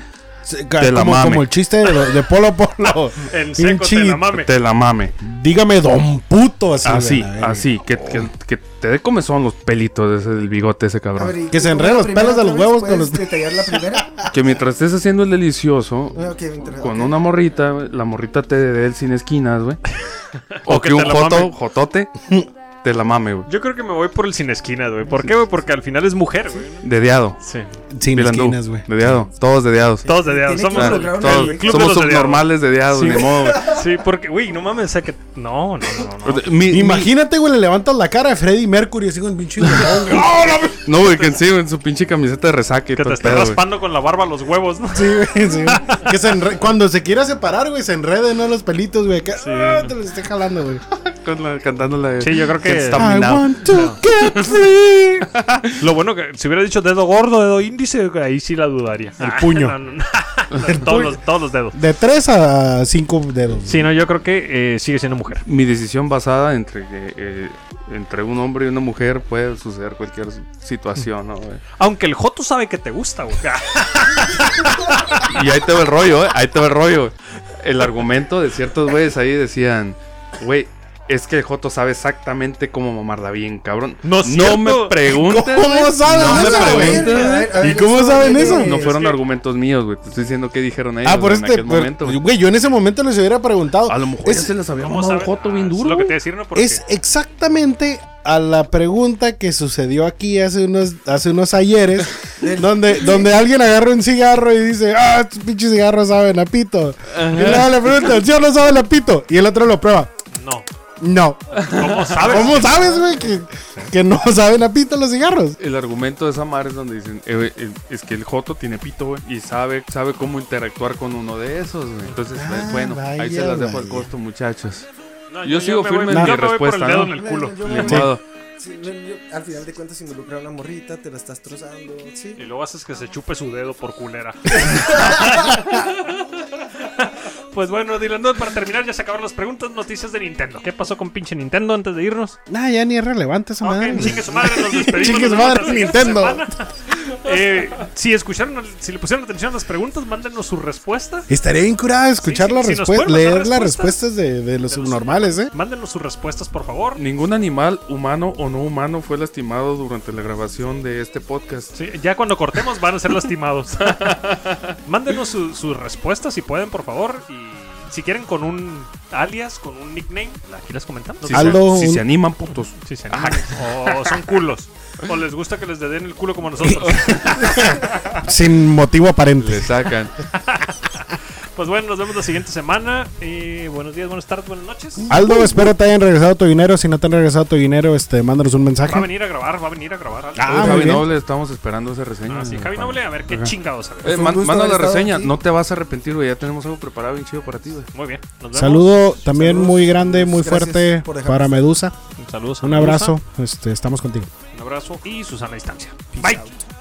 S4: Se-
S5: Te la
S4: como,
S5: mame.
S4: como el chiste de, de Polo Polo.
S2: En seco te la
S4: Pinche-
S2: mame. Ah,
S5: Te la mame.
S4: Dígame, don puto. Así,
S5: Así,
S4: güey, a la verga.
S5: así. Que, que- que te dé comezón los pelitos de ese- del bigote ese
S6: A ver,
S5: cabrón.
S6: ¿y
S4: Que se
S6: cómo es
S4: enreden
S6: la
S4: los
S6: primera
S4: pelos de
S6: otra
S4: los
S6: vez?
S4: huevos con
S6: ¿Puedes
S4: los-
S6: detallar la primera?
S5: Que mientras estés haciendo el delicioso.
S6: Ah, ok, mientras-
S5: Con
S6: ok.
S5: una morrita, güey, la morrita te dé el sin esquinas, güey.
S2: O
S5: O
S2: que
S5: que,
S2: te
S5: un
S2: la
S5: joto,
S2: mame.
S5: jotote, te la mame, güey.
S2: Yo creo que me voy por el sin esquina, güey. ¿Por qué, güey? Porque al final es mujer, güey.
S5: Dedeado.
S2: Sí.
S4: Sin
S5: Vilandú,
S4: esquinas, güey.
S5: Dedeado. Todos dedeados.
S2: Todos de dedo.
S6: Tiene que
S2: Somos,
S6: lograr
S5: Claro,
S6: un
S5: todos-
S2: el club de
S5: somos
S2: los dedeados.
S5: subnormales dedeados,
S2: Sí.
S5: ni modo, güey.
S2: Sí, porque, güey, no mames, o sea que. No, no, no, no. no.
S5: Mi- mi-
S4: Imagínate, güey, le levantas la cara a Freddy Mercury así con el pinche bigodón, güey.
S5: No, güey, que en sí, güey, en su pinche camiseta de resaca
S2: Que
S5: y todo
S2: te
S5: el
S2: esté
S5: pedo, güey.
S2: raspando con la barba los huevos, ¿no?
S4: Sí, güey, sí, güey. Que se enre- Cuando se quiera separar, güey, se enreden ¿no? los pelitos, güey. Que ah, te los esté jalando, güey.
S5: Con la- cantando la de-
S2: Sí, yo creo que-
S5: Gets
S4: I
S5: Dominado.
S4: want to get free.
S2: Lo bueno que si hubiera dicho dedo gordo, dedo índice, ahí sí la dudaría. El
S4: puño.
S2: todos, los, todos los dedos.
S4: De 3 a 5 dedos.
S2: Sí, no, yo creo que eh, sigue siendo mujer.
S5: Mi decisión basada entre que, eh, entre un hombre y una mujer puede suceder cualquier situación, ¿no, güey?
S2: Aunque el Joto sabe que te gusta, güey.
S5: Y ahí te va el rollo, ¿eh? Ahí te va el rollo. El argumento de ciertos güeyes ahí decían, güey, es que el Joto sabe exactamente cómo mamarla bien, cabrón.
S2: No es cierto.
S5: me preguntes.
S4: ¿Cómo
S5: güey.
S4: saben
S5: No
S4: eso,
S5: me
S4: güey?
S5: preguntes.
S6: A ver, a ver,
S4: ¿Y cómo
S6: eso
S4: saben
S6: es-
S4: eso?
S5: No fueron
S2: que-
S5: argumentos míos, güey. Te estoy diciendo qué dijeron ellos
S4: Ah, por
S5: güey, en
S4: este.
S5: aquel momento. güey.
S4: Güey, yo en ese momento les hubiera preguntado.
S5: A lo mejor
S4: Es-
S5: ya se les había
S2: ¿Cómo
S5: mamado el
S2: sabe?
S5: Joto
S2: Ah,
S5: bien
S2: es
S5: duro.
S2: Lo que te
S5: güey.
S2: iba a decir, ¿no? Porque
S4: Es exactamente a la pregunta que sucedió aquí hace unos, hace unos ayeres, donde, donde alguien agarra un cigarro y dice, ah, estos pinches cigarros saben a pito. Y luego le preguntan, ¿sí o no saben a pito? Y el otro lo prueba,
S2: no.
S4: no.
S2: ¿Cómo sabes?
S4: ¿Cómo sabes, güey, que, que no saben a pito los cigarros?
S5: El argumento de esa madre es donde dicen, eh, güey, el- es que el Joto tiene pito, güey, y sabe, sabe cómo interactuar con uno de esos, güey. Entonces, eh,
S4: Ah,
S5: bueno, ahí se
S4: vaya,
S5: las dejo al
S4: vaya.
S5: costo, muchachos.
S2: No,
S5: Yo sigo
S2: me
S5: firme
S2: voy-
S5: en mi
S2: yo me voy por el
S5: respuesta,
S2: dedo
S5: ¿no?
S2: en el culo.
S6: Yo-
S5: Ni
S6: yo-
S5: modo.
S6: sí, yo- yo- al final de cuentas involucra a una morrita, te la estás trozando. Sí.
S2: Y luego haces que se chupe su dedo por culera. pues bueno, Dylan, no, para terminar ya se acabaron las preguntas, noticias de Nintendo. ¿Qué pasó con pinche Nintendo antes de irnos?
S4: Nah, ya ni es relevante esa
S2: Ok,
S4: madre. güey.
S2: chingue su madre, nos despedimos.
S4: Chingue su
S2: Nos
S4: madre,
S2: vemos la
S4: Nintendo.
S2: siguiente semana. Eh, si escucharon, si le pusieron atención a las preguntas, mándenos su respuesta.
S4: Estaría bien curada escuchar
S2: Sí,
S4: las
S2: sí, si nos
S4: respuestas,
S2: pueden mandar
S4: leer las
S2: respuestas.
S4: respuestas de, de los
S2: De los-
S4: subnormales, ¿eh?
S2: Mándenos sus respuestas, por favor.
S5: Ningún animal, humano o no humano, fue lastimado durante la grabación de este podcast.
S2: Sí, ya cuando cortemos van a ser lastimados. Mándenos su- sus respuestas si pueden, por favor. Y si quieren con un alias, con un nickname, aquí las comentamos.
S5: Si,
S2: Sí,
S4: Aldo,
S5: se, si
S4: un-
S5: se animan, putos.
S2: sí, se animan. O son culos. O les gusta que les den el culo como nosotros.
S4: Sin motivo aparente.
S5: Le sacan.
S2: Pues bueno, nos vemos la siguiente semana. Y buenos días, buenas tardes, buenas noches.
S4: Aldo, espero te hayan regresado tu dinero. Si no te han regresado tu dinero, este, mándanos un mensaje.
S2: Va a venir a grabar, va a venir a grabar. Aldo.
S4: Ah,
S5: Oye,
S4: muy
S5: Javi
S4: bien.
S5: Noble, estamos esperando esa reseña.
S6: Mm,
S2: Ah, sí, Javi Noble, a ver qué chingados. A ver.
S5: Eh,
S6: Fue un
S5: man-
S6: gusto
S5: manda la
S6: haber estado
S5: reseña,
S6: aquí.
S5: no te vas a arrepentir, güey. Ya tenemos algo preparado bien chido para ti, güey.
S2: Muy bien, nos vemos.
S4: Saludo también
S6: Saludos.
S4: muy grande, muy
S6: Gracias
S4: fuerte
S6: por dejarnos.
S4: para Medusa.
S2: Saludos. a
S4: Un
S2: Medusa.
S4: abrazo. Este, estamos contigo.
S2: Un abrazo y Susana Distancia. Bye.
S6: Out.